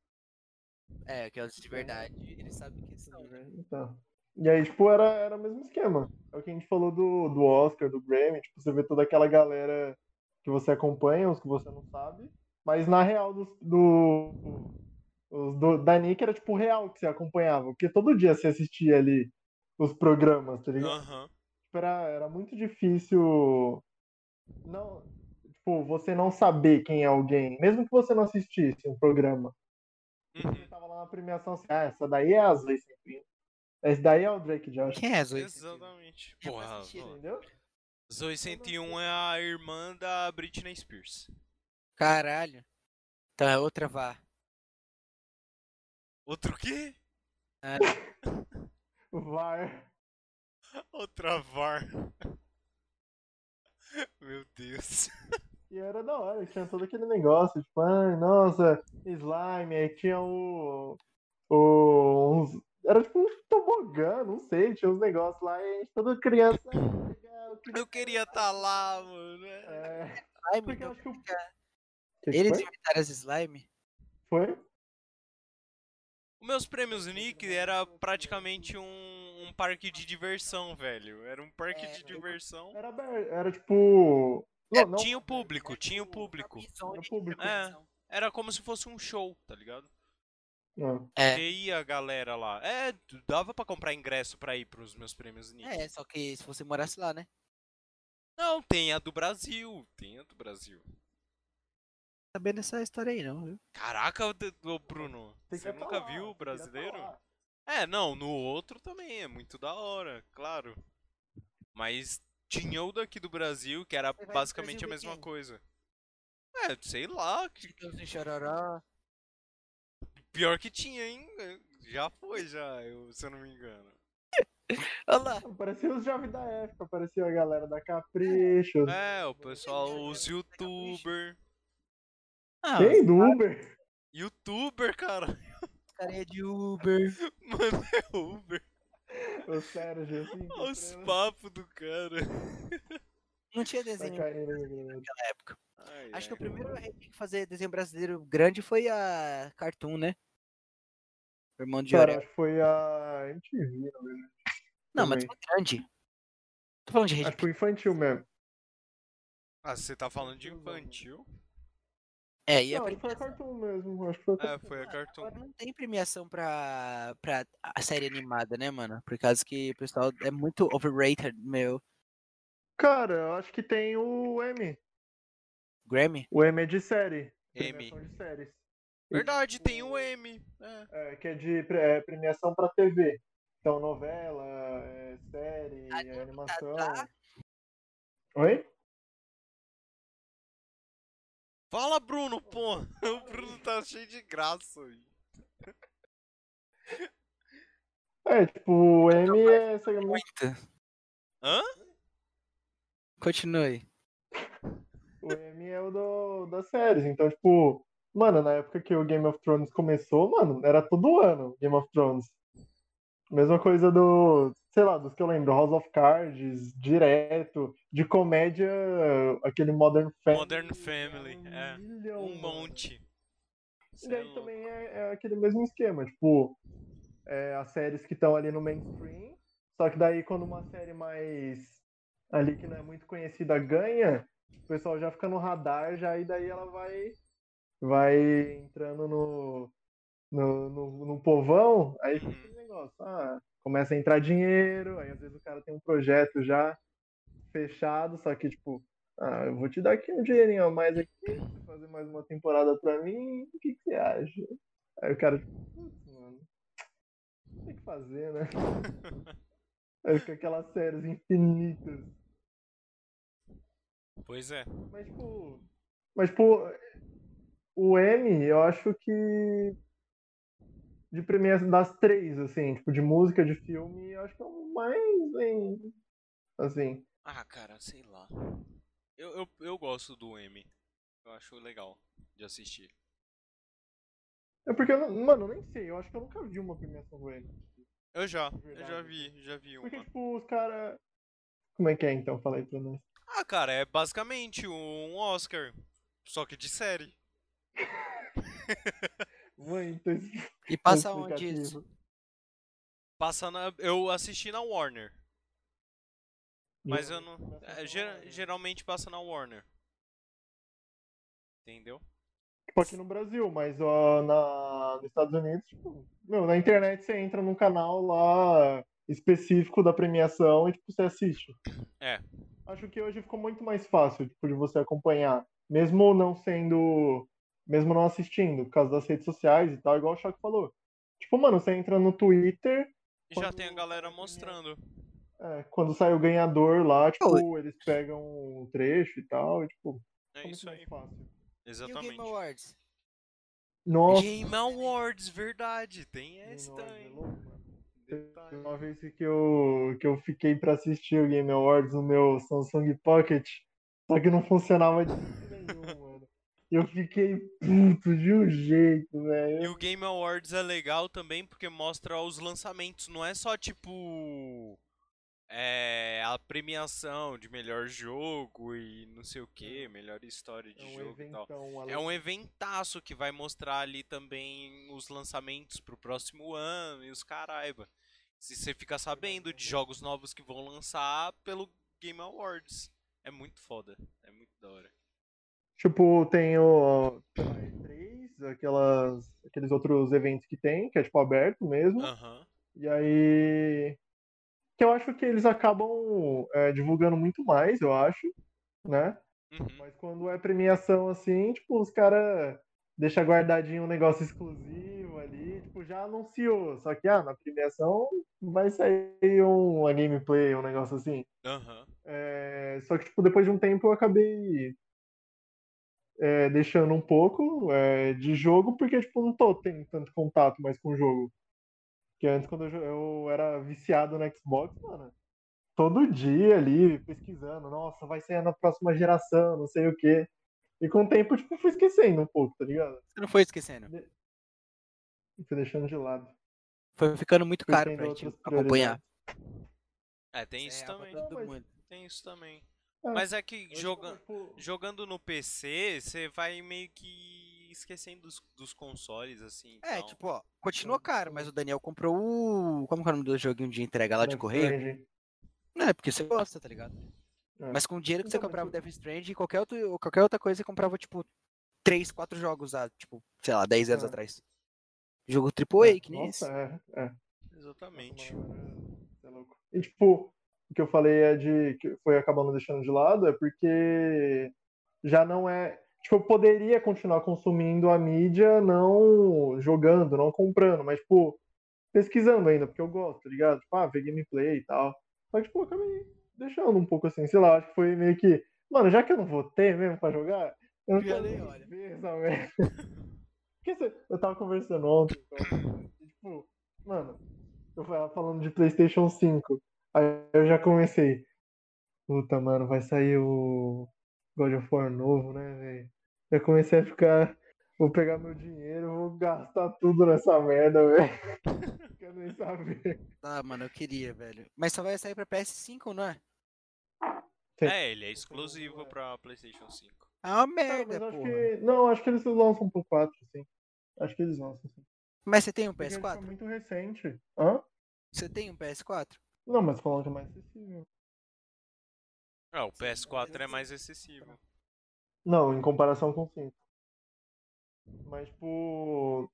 É, aquelas Uhum. de verdade. Eles sabem que são. né? Então. E aí, tipo, era, era o mesmo esquema. É o que a gente falou do, do Oscar, do Grammy, tipo, você vê toda aquela galera que você acompanha, os que você não sabe. Mas na real dos- do. os do da Nick era tipo real que você acompanhava. Porque todo dia você assistia ali os programas, tá ligado? Aham. Tipo, Era, era muito difícil não, tipo, você não saber quem é alguém, mesmo que você não assistisse um programa. Você Uhum. tava lá na premiação assim, ah, essa daí é a Zoe Sempino. Esse daí é o Drake Josh. Quem é a Zoe? Exatamente. É, faz Porra, sentido. Entendeu? Zoe 101 é a irmã da Britney Spears. Caralho. Então é outra vá. Outro quê? [laughs] [laughs] Ah, O VAR. Outra VAR. [laughs] Meu Deus. E era da hora, tinha todo aquele negócio, tipo, ai, nossa, slime, aí tinha o. o uns- era tipo um tobogã, não sei, tinha uns negócios lá e a gente, toda criança. "Ah, legal, que Eu queria estar tá lá, mano. legal." É, Ai, meu porque eu Deus. acho que o. Que que Eles foi? inventaram as slime? foi? Os meus prêmios Nick era praticamente um, um parque de diversão, velho. Era um parque É, de diversão. Era, aberto, era tipo. Não, não. É, Tinha um o É, público, tinha o tipo, público. Era público. É. Era como se fosse um show, tá ligado? Não. É. Que ia a galera lá. É, dava pra comprar ingresso pra ir pros meus prêmios Nick. É, só que se você morasse lá, né? Não, tem a do Brasil. Tem a do Brasil. Sabendo essa história aí, não, viu? Caraca, ô, de- ô, Bruno. Tem Você que nunca falar, viu o queria brasileiro? falar. É, não, no outro também, é muito da hora, claro. Mas tinha o daqui do Brasil, que era Você vai no basicamente a Brasil ver mesma quem? coisa. É, sei lá, que- Chitãozinho Chororó. É, [laughs] pior que tinha, hein? Já foi, já, eu- se eu não me engano. Olha lá. Parecia os jovens da época, parecia a galera da Capricho, É, o pessoal, os youtuber. Ah, quem do Uber. Youtuber, cara. [laughs] carinha de Uber. Mano, é Uber. O Sérgio, assim. Olha os encontrando- papos do cara. Não tinha desenho Tá caindo, né, menino? naquela época. Ai, Acho que ai. o primeiro rede que fazer desenho brasileiro grande foi a Cartoon, né? O irmão de Cara, Jorel. acho que foi a MTV, né? não lembro. Não, mas também. foi grande. Tô falando de rede Acho que foi infantil mesmo. Ah, você tá falando de infantil? É, e a não, acho que foi a premiação- cartoon mesmo. Acho que foi a É, cartoon. foi a Cartoon. agora não tem premiação pra, pra a série animada, né, mano? Por causa que o pessoal é muito overrated, meu. Cara, eu acho que tem o M. Grammy? O M é de série. M. Premiação de séries. Verdade, tem o M. É. É, que é de pre- é, premiação pra TV. Então, novela, é, série, Ah, é, animação. tá. Oi? Fala, Bruno, pô. [laughs] O Bruno tá cheio de graça. hoje. É, tipo, o M é. essa- Muita. Hã? Continue. O M é o do, das séries. Então, tipo, mano, na época que o Game of Thrones começou, mano, era todo ano Game of Thrones. Mesma coisa do, sei lá, dos que eu lembro, House of Cards, direto, de comédia, aquele Modern Family. Modern Family, é. milhão, Um mano. monte. E Cê é daí louco. também é, é aquele mesmo esquema, tipo, é, as séries que estão ali no mainstream, só que daí quando uma série mais ali que não é muito conhecida ganha, o pessoal já fica no radar, já e daí ela vai, vai entrando no, no, no, no povão, aí fica Uhum. aquele negócio, ah, começa a entrar dinheiro, aí às vezes o cara tem um projeto já fechado, só que tipo, ah, eu vou te dar aqui um dinheirinho a mais aqui, você fazer mais uma temporada pra mim, o que, que você acha? Aí o cara, tipo, putz, mano, tem que fazer, né? Aí fica aquelas séries infinitas. Pois é. Mas, tipo. Mas, tipo, o M, eu acho que. De premiação das três, assim, tipo, de música, de filme, eu acho que é o mais. Hein, assim. Ah, cara, sei lá. Eu, eu, eu gosto do M. Eu acho legal de assistir. É porque, eu não- mano, eu nem sei, eu acho que eu nunca vi uma premiação do M. Eu já, eu já Verdade. vi, já vi Porque, uma. tipo, os caras. Como é que é então? Fala aí pra nós. Ah, cara, é basicamente um Oscar, só que de série. Muito explicativo. [laughs] E passa um onde isso? Passa na, eu assisti na Warner, mas eu não, Começa é, na gera- hora. geralmente passa na Warner. Entendeu? Tipo, aqui no Brasil, mas ó, na, nos Estados Unidos, tipo, meu, na internet você entra num canal lá específico da premiação e tipo, você assiste. É. Acho que hoje ficou muito mais fácil tipo, de você acompanhar, mesmo não sendo. Mesmo não assistindo, por causa das redes sociais e tal, igual o Choque falou. Tipo, mano, você entra no Twitter, E já Quando tem a o galera cara ganha- mostrando. é, quando sai o ganhador lá, tipo, eles pegam um trecho e tal, e tipo, É ficou muito isso aí. mais fácil. E o Game Exatamente. Awards? Nossa, Game Awards, verdade, tem essa menino, é também. louco, mano. Detalhe. Uma vez que eu, que eu fiquei pra assistir o Game Awards no meu Samsung Pocket, só que não funcionava de jeito [laughs] nenhum, mano. Eu fiquei puto de um jeito, velho. E o Game Awards é legal também porque mostra os lançamentos, não é só tipo é, a premiação de melhor jogo e não sei o É. que, melhor história um de jogo e tal. É um eventaço que vai mostrar ali também os lançamentos pro próximo ano e os caraiba. Se você fica sabendo de jogos novos que vão lançar pelo Game Awards. É muito foda, é muito da hora. Tipo, tem o pela E3, aquelas, aqueles outros eventos que tem, que é tipo aberto mesmo. Aham. E aí. Que eu acho que eles acabam é, divulgando muito mais, eu acho, né? Uhum. Mas quando é premiação assim, tipo, os caras deixam guardadinho um negócio exclusivo ali, tipo, já anunciou. Só que, ah, na premiação vai sair um, uma gameplay, um negócio assim. Aham. É, só que, tipo, depois de um tempo eu acabei é, deixando um pouco é, de jogo, porque, tipo, não tô tendo tanto contato mais com o jogo. Que antes, quando eu, jo- eu era viciado no Xbox, mano, todo dia ali, pesquisando, nossa, vai sair na próxima geração, não sei o quê. E com o tempo, tipo, fui esquecendo um pouco, tá ligado? Você não foi esquecendo. Fui deixando de lado. Foi ficando muito Fui caro tendo pra gente outras acompanhar. É, tem isso É, também. pra todo Não, mas- mundo. Tem isso também. É. Mas é que Hoje, joga- tipo, jogando no PC, você vai meio que esquecendo dos, dos consoles, assim. É, então. tipo, ó, continuou caro, mas o Daniel comprou o. Como que é o nome do joguinho de entrega lá de Death correio? Stranding. Não, é porque você gosta, tá ligado? É. Mas com o dinheiro que você Então, mas comprava o o- Death Stranding e qualquer, outro, qualquer outra coisa, você comprava, tipo, 3, 4 jogos há, tipo, sei lá, 10 anos É. atrás. Jogo AAA, que nem esse. Nossa, é, é. Exatamente. Nossa, mano, é- é louco. E tipo, o que eu falei é de que foi acabando deixando de lado é porque já não é. Tipo, eu poderia continuar consumindo a mídia, não jogando, não comprando, mas tipo, pesquisando ainda, porque eu gosto, tá ligado? Tipo, ah, ver gameplay e tal. Só que, tipo, eu acabei deixando um pouco assim, sei lá, acho que foi meio que. Mano, já que eu não vou ter mesmo pra jogar, eu não Já quero nem nem olha. ver essa merda. [laughs] Porque você- eu tava conversando ontem, então, e, tipo, mano, eu tava falando de PlayStation 5. Aí eu já comecei. Puta, mano, vai sair o God of War novo, né, velho? Eu comecei a ficar. Vou pegar meu dinheiro, vou gastar tudo nessa merda, velho. Quero nem saber. Ah, mano, eu queria, velho. Mas só vai sair pra PS5, não é? É, ele é exclusivo pra PlayStation 5. É uma Cara, merda, mas eu acho porra. que. Não, acho que eles lançam pro 4, sim. Acho que eles lançam, sim. Mas você tem um Porque ele PS4? Foi muito recente. Hã? Você tem um PS4? Não, mas falando que é mais acessível. Ah, o PS4 é mais acessível. Não, em comparação com o 5. Mas, tipo.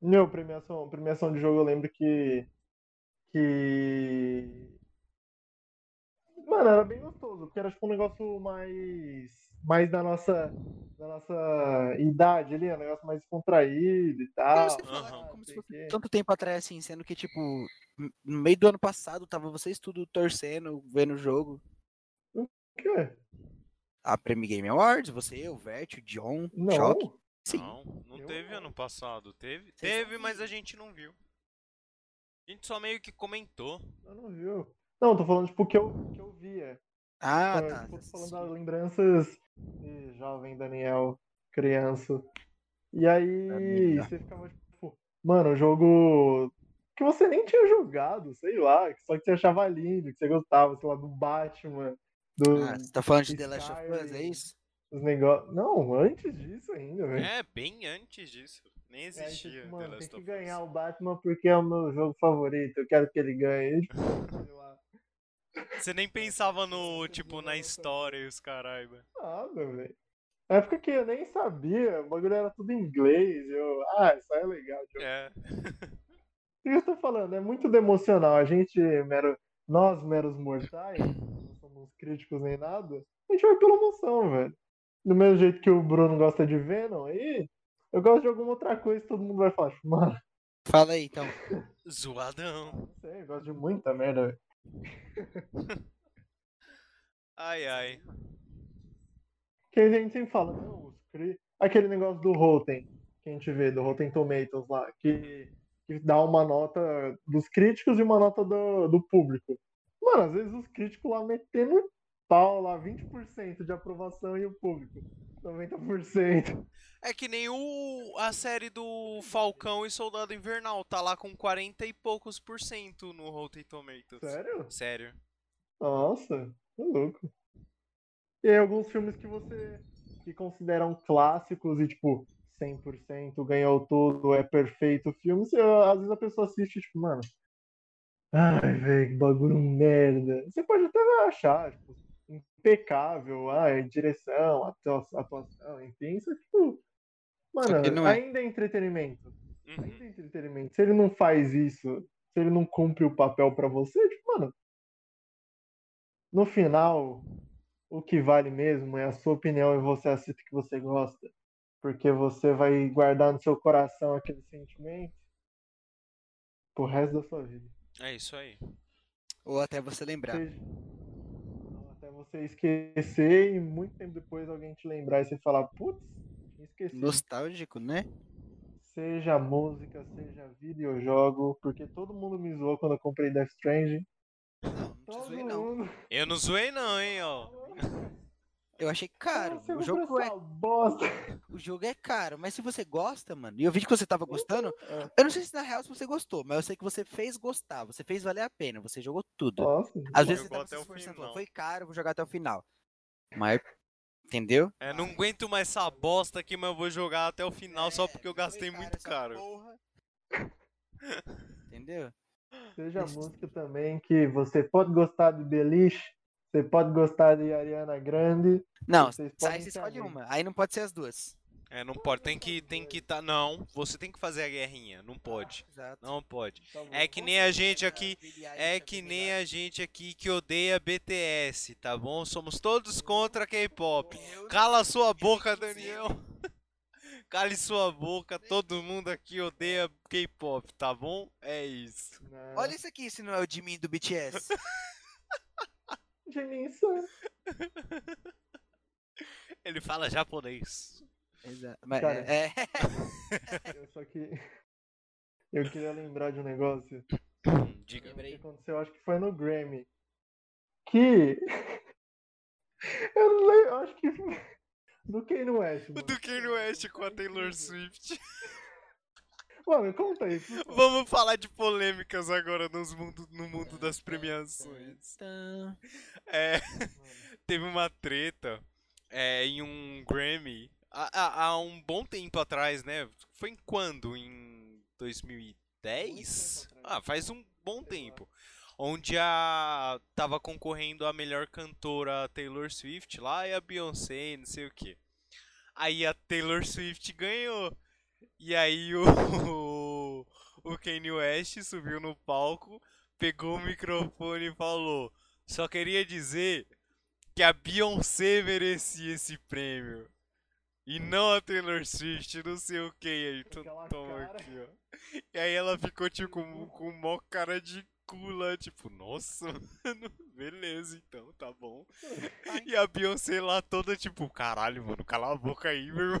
Meu, premiação, premiação de jogo eu lembro que. Que. Mano, era bem gostoso, porque era tipo um negócio mais. Mais da nossa. Da nossa idade ali, um negócio mais contraído e tal. Cara, você fala Ah, aham, como se sei fosse quê. tanto tempo atrás, assim, sendo que, tipo, no meio do ano passado, tava vocês tudo torcendo, vendo o jogo. O quê? A Premi Game Awards, você, eu, Vert, o John, Não. Choque. Sim. Não, não Eu teve não. ano passado. Teve, Vocês não teve, mas a viram. gente não viu. A gente só meio que comentou. Eu não viu. Não, tô falando tipo que eu, que eu via. Ah, Então, tá. eu tô falando sim. das lembranças de jovem Daniel, criança. E aí Amiga. você ficava tipo, mano, um jogo que você nem tinha jogado, sei lá, que só que você achava lindo, que você gostava, sei lá, do Batman, do, Ah, você tá falando de The Last of Us, é Skyrim. isso? dos negócios. Não, antes disso ainda, velho. É, bem antes disso. Nem E aí, tipo, existia The mano, tem Last que of ganhar Us. o Batman porque é o meu jogo favorito, eu quero que ele ganhe. E, [laughs] tipo, sei lá. Você nem pensava no, tipo, na história e os caralho. Nada, velho. Na época que eu nem sabia, o bagulho era tudo em inglês. Eu, ah, isso aí é legal. tio." É. O que eu tô falando? É muito emocional. A gente, mero, nós meros mortais, não somos críticos nem nada, a gente vai pela emoção, velho. Do mesmo jeito que o Bruno gosta de Venom, aí eu gosto de alguma outra coisa que todo mundo vai falar, tipo, mano, Fala aí, então. Zoadão. não sei, eu gosto de muita merda, velho. Ai, ai. Que a gente sempre fala, não, os cri... aquele negócio do Rotten, que a gente vê, do Rotten Tomatoes lá, que, que dá uma nota dos críticos e uma nota do, do público. Mano, às vezes os críticos lá metendo um pau lá, 20% de aprovação e o público 90%. É que nem o, a série do Falcão e Soldado Invernal. Tá lá com 40 e poucos por cento no Rotten Tomatoes. Sério? Sério. Nossa, que louco. E aí, alguns filmes que você que consideram clássicos e tipo 100% ganhou tudo, é perfeito o filme, você, às vezes a pessoa assiste tipo, mano, ai, velho, que bagulho merda. Você pode até achar, tipo, impecável, ai, direção, atua- atuação, enfim, só que, tipo, Só que mano, não é. ainda é entretenimento. Uhum. Ainda é entretenimento. Se ele não faz isso, se ele não cumpre o papel pra você, tipo, mano. No final, o que vale mesmo é a sua opinião e você aceita o que você gosta. Porque você vai guardar no seu coração aquele sentimento pro resto da sua vida. É isso aí. Ou até você lembrar. Seja- Até você esquecer e muito tempo depois alguém te lembrar e você falar, putz, tinha esquecido. Nostálgico, né? seja música, seja videojogo, porque todo mundo me zoou quando eu comprei Death Stranding. Não, não te Todo zoei não. mundo. Eu não zoei não, hein, ó. [laughs] Eu achei caro. Você O comprou jogo, é, essa bosta. o jogo é caro, mas se você gosta, mano, e eu vi que você tava gostando, É. eu não sei se na real se você gostou, mas eu sei que você fez gostar, você fez valer a pena, você jogou [laughs] tudo. Nossa. Às vezes você Jogou tava até o se esforçando, final. falando, foi caro, vou jogar até o final. Mas, entendeu? É, não aguento mais essa bosta aqui, mas eu vou jogar até o final É, só porque eu foi gastei muito essa caro. porra. Entendeu? Seja Isso. música também que você pode gostar de Delish, você pode gostar de Ariana Grande. Não, Vocês podem aí você escolhe saber. uma, aí não pode ser as duas. É, não pode. Tem que, tem que tá. Não, você tem que fazer a guerrinha. Não pode. Exato. Não pode. tá É que nem a gente aqui. É que nem a gente aqui que odeia BTS, tá bom? Somos todos contra K-pop. Cala sua boca, Daniel. [laughs] Cale sua boca. Todo mundo aqui odeia K-pop, tá bom? É isso. Né? Olha isso aqui, se não é o Jimin do BTS. [laughs] Jenissa. [laughs] Ele fala japonês. Exato. Mas, Cara. é, é, Eu só que. [laughs] Eu queria lembrar de um negócio Hum, Diga. que aconteceu, acho que foi no Grammy. Que. [laughs] Eu não lembro, eu acho que. [laughs] Do Kanye West. O Mano. do Kanye West com a Uhum. Taylor Swift. Mano, conta aí. por favor. Vamos falar de polêmicas agora nos mundo, no mundo das premiações. Tã. É. teve uma treta é, em um Grammy há, há- há um bom tempo atrás, né? Foi em quando? Em 2010? Muito tempo atrás. Ah, faz um Sei bom lá. tempo. Onde a tava concorrendo a melhor cantora Taylor Swift lá e a Beyoncé, e não sei o que. Aí a Taylor Swift ganhou. E aí [laughs] o, o Kanye West subiu no palco, pegou o microfone e falou: Só queria dizer que a Beyoncé merecia esse prêmio. E não a Taylor Swift, não sei o que. Aí, tu Aquela toma cara. aqui, ó. E aí ela ficou, tipo, com, com mó cara de cula, tipo, nossa, [laughs] mano, beleza, então, tá bom. [laughs] E a Beyoncé lá toda, tipo, caralho, mano, cala a boca aí, meu irmão.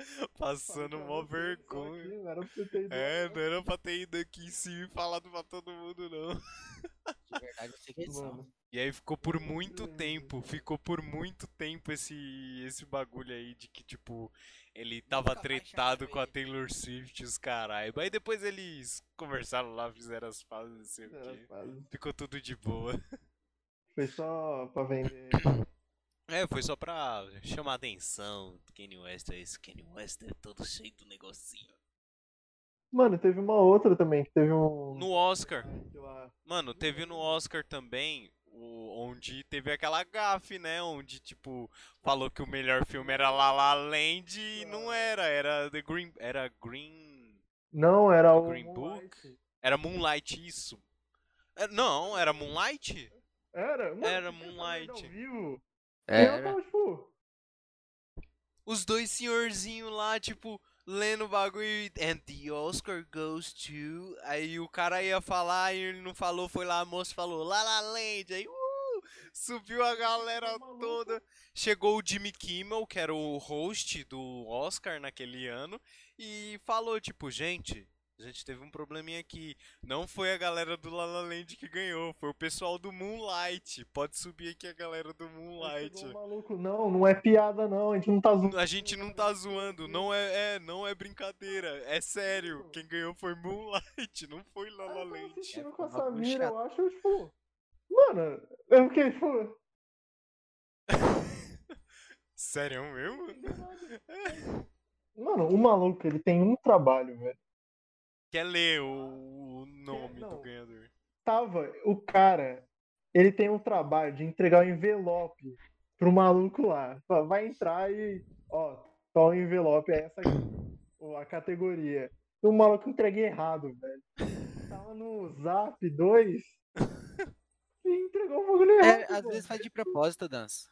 Fala pra Passando mó você, só vergonha. aqui, Não era pra você ter ido. É, não era pra ter ido aqui em cima e falado pra todo mundo, não. De verdade, eu sei que eles são. Mano, E aí ficou por muito lembro. tempo, ficou por muito tempo esse, esse bagulho aí de que, tipo, ele tava Nunca mais tretado chamaram com a ele. Taylor Swift e os caralho. Aí depois eles conversaram lá, fizeram as pazes, não sei era o quê. quase. Ficou tudo de boa. é, [laughs] Foi só pra vender. É, foi só pra chamar atenção. Kanye West é esse, Kanye West é todo cheio do negocinho. Mano, teve uma outra também, que teve um. No Oscar, Sei lá. mano, teve no Oscar também, o, onde teve aquela gafe, né? Onde, tipo, falou que o melhor filme era La La Land e não era, era The Green. Era Green. Não, era o. Green Book? Moonlight. Era Moonlight isso. É, não, era Moonlight? Era? Mano, Era que que essa merda ao Moonlight. vivo? E eu É, tava, tipo. Os dois senhorzinhos lá, tipo, lendo o bagulho. e, And the Oscar goes to. Aí o cara ia falar e ele não falou, foi lá, a moça falou, La La Land. Aí, uh, subiu a galera maluco. toda. Chegou o Jimmy Kimmel, que era o host do Oscar naquele ano, e falou, tipo, gente. A gente teve um probleminha aqui. Não foi a galera do La La Land que ganhou, foi o pessoal do Moonlight. Pode subir aqui a galera do Aí Moonlight. chegou um maluco, não, não é piada, não, a gente não tá zoando. [laughs] A gente não tá zoando, não é, é- não é brincadeira, é sério. Quem ganhou foi Moonlight, [laughs] não foi Aí Lala eu tava Land. assistindo É, com a bagulho Samira, chato. eu acho, eu, tipo. Mano, eu fiquei, tipo. Sério mesmo? Mano, o maluco, ele tem um trabalho, velho. Quer ler o, o nome do não. ganhador? [laughs] Tava, o cara, ele tem um trabalho de entregar o envelope pro maluco lá. Fala, Vai entrar e, ó, toma o envelope, é essa aqui, ou a categoria. E o maluco entrega errado, velho. Tava no Zap 2 e entregou o bagulho errado. é, às velho. vezes faz de propósito a dança.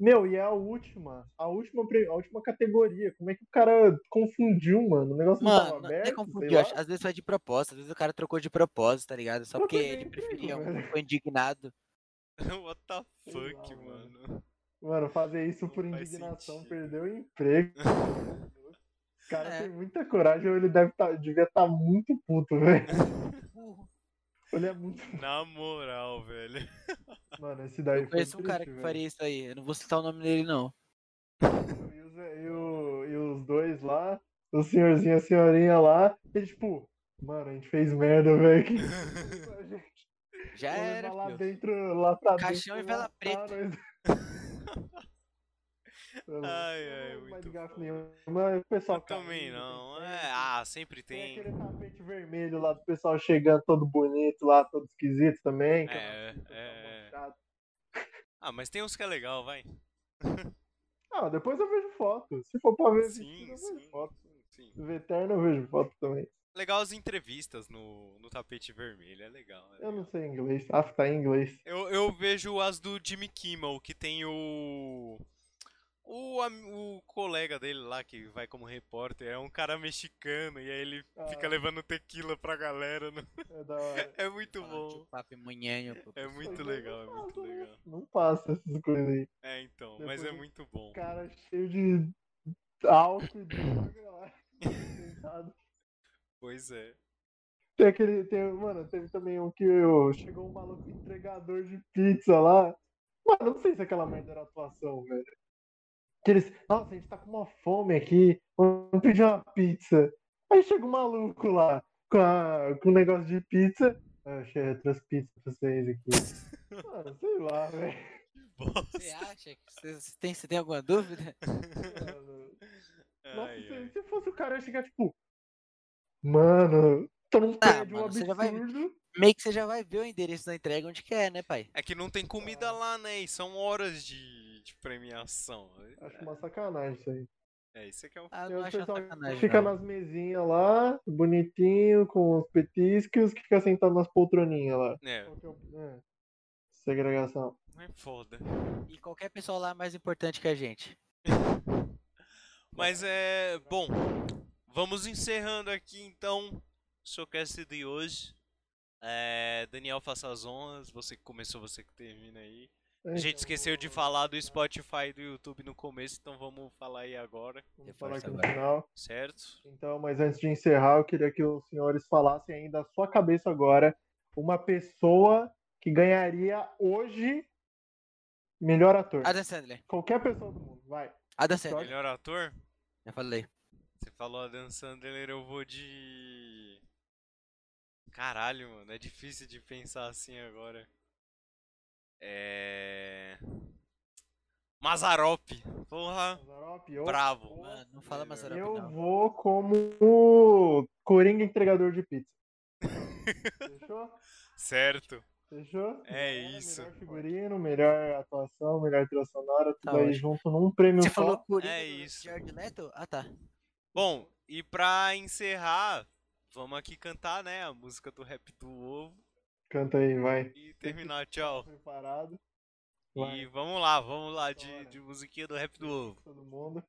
Meu, e é a última, a última, pre- a última categoria. Como é que o cara confundiu, mano? O negócio não Mano, tava não aberto, é sei confundir, lá. eu acho. Às vezes faz de propósito, às vezes o cara trocou de propósito, tá ligado? Só Eu porque também ele preferia, entendo, um ficou indignado. What the Sei lá, fuck, mano. mano. Mano, fazer isso Não por faz indignação, [laughs] sentido. perdeu o emprego. O cara É. tem muita coragem ou ele deve tá, devia estar muito puto, [laughs] velho. Ele é muito. Na moral, velho. Mano, esse daí Eu conheço foi um cara triste, que velho. faria isso aí. Eu não vou citar o nome dele, não. E os, e o- e os dois lá, o senhorzinho e a senhorinha lá, e tipo, mano, a gente fez merda, [laughs] velho. que- Já Vou era. levar lá filho. dentro, lá pra Caixão dentro, e vela lá preta. pra nós. [laughs] Eu não- Ai, eu ai, não vou mais muito ligar bom. pra nenhuma, é o pessoal Eu [laughs] também caindo, não. tem É, festa, ah, sempre né? Tem tem. aquele tapete vermelho lá do pessoal chegando todo bonito lá, todo esquisito também. que É, eu não assisto, é, tá chato. Ah, mas tem uns que é legal, vai. Ah, depois eu vejo foto. Se for pra ver Sim, vestido, eu sim. vejo foto. Sim. Se ver terno, eu vejo foto também. Legal as entrevistas no, no tapete vermelho, é legal. é Eu não legal. sei inglês. Ah, tá em inglês. Eu, eu vejo as do Jimmy Kimmel, que tem o. O, am- o colega dele lá, que vai como repórter, é um cara mexicano, e aí ele fica Ah. levando tequila pra galera. né? É tipo, da hora. É muito Falar de bom. papo e munhenho, pô. É [laughs] muito legal, é muito Não passa, né? legal. Não passa essas coisas aí. É, então, mas Depois é eu- muito bom. Cara cheio de álcool [laughs] e droga lá. [laughs] Sentado. [laughs] Pois é. Tem aquele. Tem, mano, teve também um que eu- chegou um maluco entregador de pizza lá. Mano, eu não sei se aquela merda era atuação, velho. Que eles. Nossa, a gente tá com uma fome aqui. Vamos pedir uma pizza. Aí chega um maluco lá com, a, com um negócio de pizza. Ah, che- eu trouxe pizza pra vocês aqui. [laughs] Mano, sei lá, velho. Você acha que você você tem, você tem alguma dúvida? Mano. Nossa, Ai, se, ai. se fosse o cara eu chegar tipo. Mano, tô num Ah, pé de um mano, você já vai- absurdo. [laughs] Meio que você já vai ver o endereço da entrega onde que é, né, pai? É que não tem comida Ah. lá, né? E são horas de, de premiação. Acho uma sacanagem isso aí. É, isso aqui é o. Ah, É, não o acho pessoal sacanagem. fica não. nas mesinhas lá, bonitinho, com os petiscos, que fica sentado nas poltroninhas lá. É, Qual que é o- é. Segregação. não é foda. E qualquer pessoa lá é mais importante que a gente. Mas é. Bom, vamos encerrando aqui então o showcast de hoje. É, Daniel, faça as honras. Você que começou, você que termina aí. É, A gente esqueceu de falar do Spotify e do YouTube no começo, então vamos falar aí agora, Vamos falar aqui no Reforça final. certo? Então, mas antes de encerrar, eu queria que os senhores falassem ainda a sua cabeça agora uma pessoa que ganharia hoje melhor ator. Adam Sandler. Qualquer pessoa do mundo, vai. Adam Sandler. Melhor ator? Já falei. Você falou Adam Sandler, eu vou de. Caralho, mano, é difícil de pensar assim agora. É. Mazarop, porra, Mazzaropi, eu, bravo. Mano, não fala mais Melhor. eu não. vou como o Coringa entregador de [laughs] pizza. Fechou? Certo. Fechou? É Galera, isso. Melhor figurino, melhor atuação, melhor trilha sonora, tudo Tá aí ótimo. junto num prêmio Você só. falou Coringa É do isso. Jared Leto? Ah, tá. Bom, e pra encerrar, vamos aqui cantar, né? A música do rap do ovo Canta aí, vai. e terminar, tchau. Preparado. Vai. E vamos lá, vamos lá de, Bora. de musiquinha do rap do ovo. Todo mundo.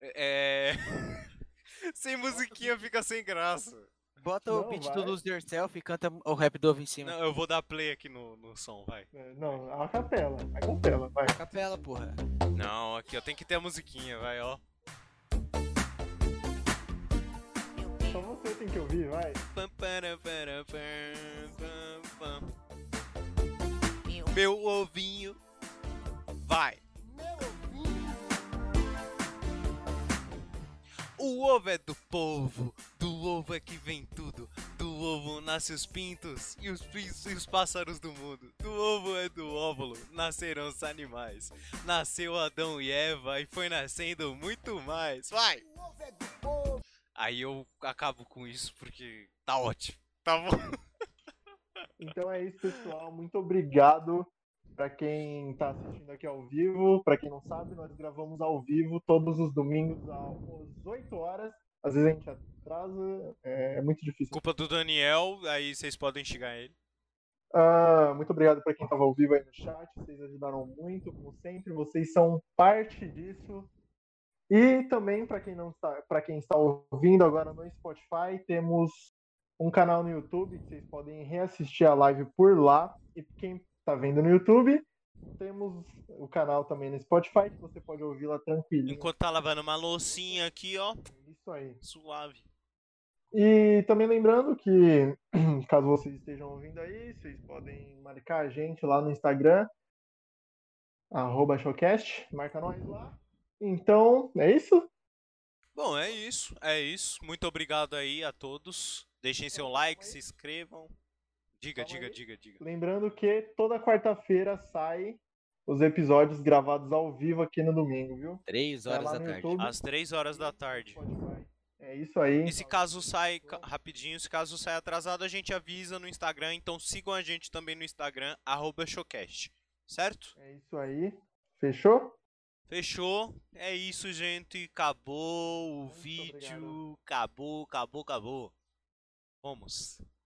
É. [laughs] Sem musiquinha fica sem graça. Bota o Não, beat vai. do Lose Yourself e canta o rap do ovo em cima. Não, eu vou dar play aqui no, no som, vai. É, Não, a capela. A capela, vai. Capela, porra. Não, aqui, ó, tem que ter a musiquinha, vai, ó. Só você tem que ouvir, vai. Pam, para, para, pam, pam, pam. Meu ovinho, vai. O ovo é do povo, do ovo é que vem tudo. Do ovo nasce os pintos e os, pintos e os pássaros do mundo. Do ovo é do óvulo, nascerão os animais. Nasceu Adão e Eva e foi nascendo muito mais. Vai! Aí eu acabo com isso porque tá ótimo. Tá bom? Então é isso, pessoal. Muito obrigado para quem tá assistindo aqui ao vivo. Para quem não sabe, nós gravamos ao vivo todos os domingos às 8 horas. Às vezes a gente atrasa, é, é muito difícil. Culpa do Daniel, aí vocês podem xingar ele. Ah, muito obrigado para quem estava ao vivo aí no chat, vocês ajudaram muito, como sempre, vocês são parte disso. E também para quem não está, para quem está ouvindo agora no Spotify, temos um canal no YouTube que vocês podem reassistir a live por lá. E quem está tá vendo no YouTube, Temos o canal também no Spotify, que você pode ouvir lá tranquilo. Enquanto tá lavando uma loucinha aqui, ó. É Isso aí. Suave. E também lembrando que, [clears throat] caso vocês estejam ouvindo aí, vocês podem marcar a gente lá no Instagram, arroba showcast, marca nós lá. Então, é isso. Bom, é isso. É isso. Muito obrigado aí a todos. Deixem seu like, se inscrevam. Diga, Calma diga, aí. diga, diga. Lembrando que toda quarta-feira sai os episódios gravados ao vivo aqui no domingo, viu? Três Vai horas lá da no tarde. YouTube. Às três horas da tarde. Spotify. É isso aí. E se caso sai ca- rapidinho, se caso sai atrasado, a gente avisa no Instagram, então sigam a gente também no Instagram, arroba Showcast, certo? É isso aí. Fechou? Fechou? É isso, gente. Acabou o Muito vídeo. obrigado. Acabou, acabou, acabou. Vamos.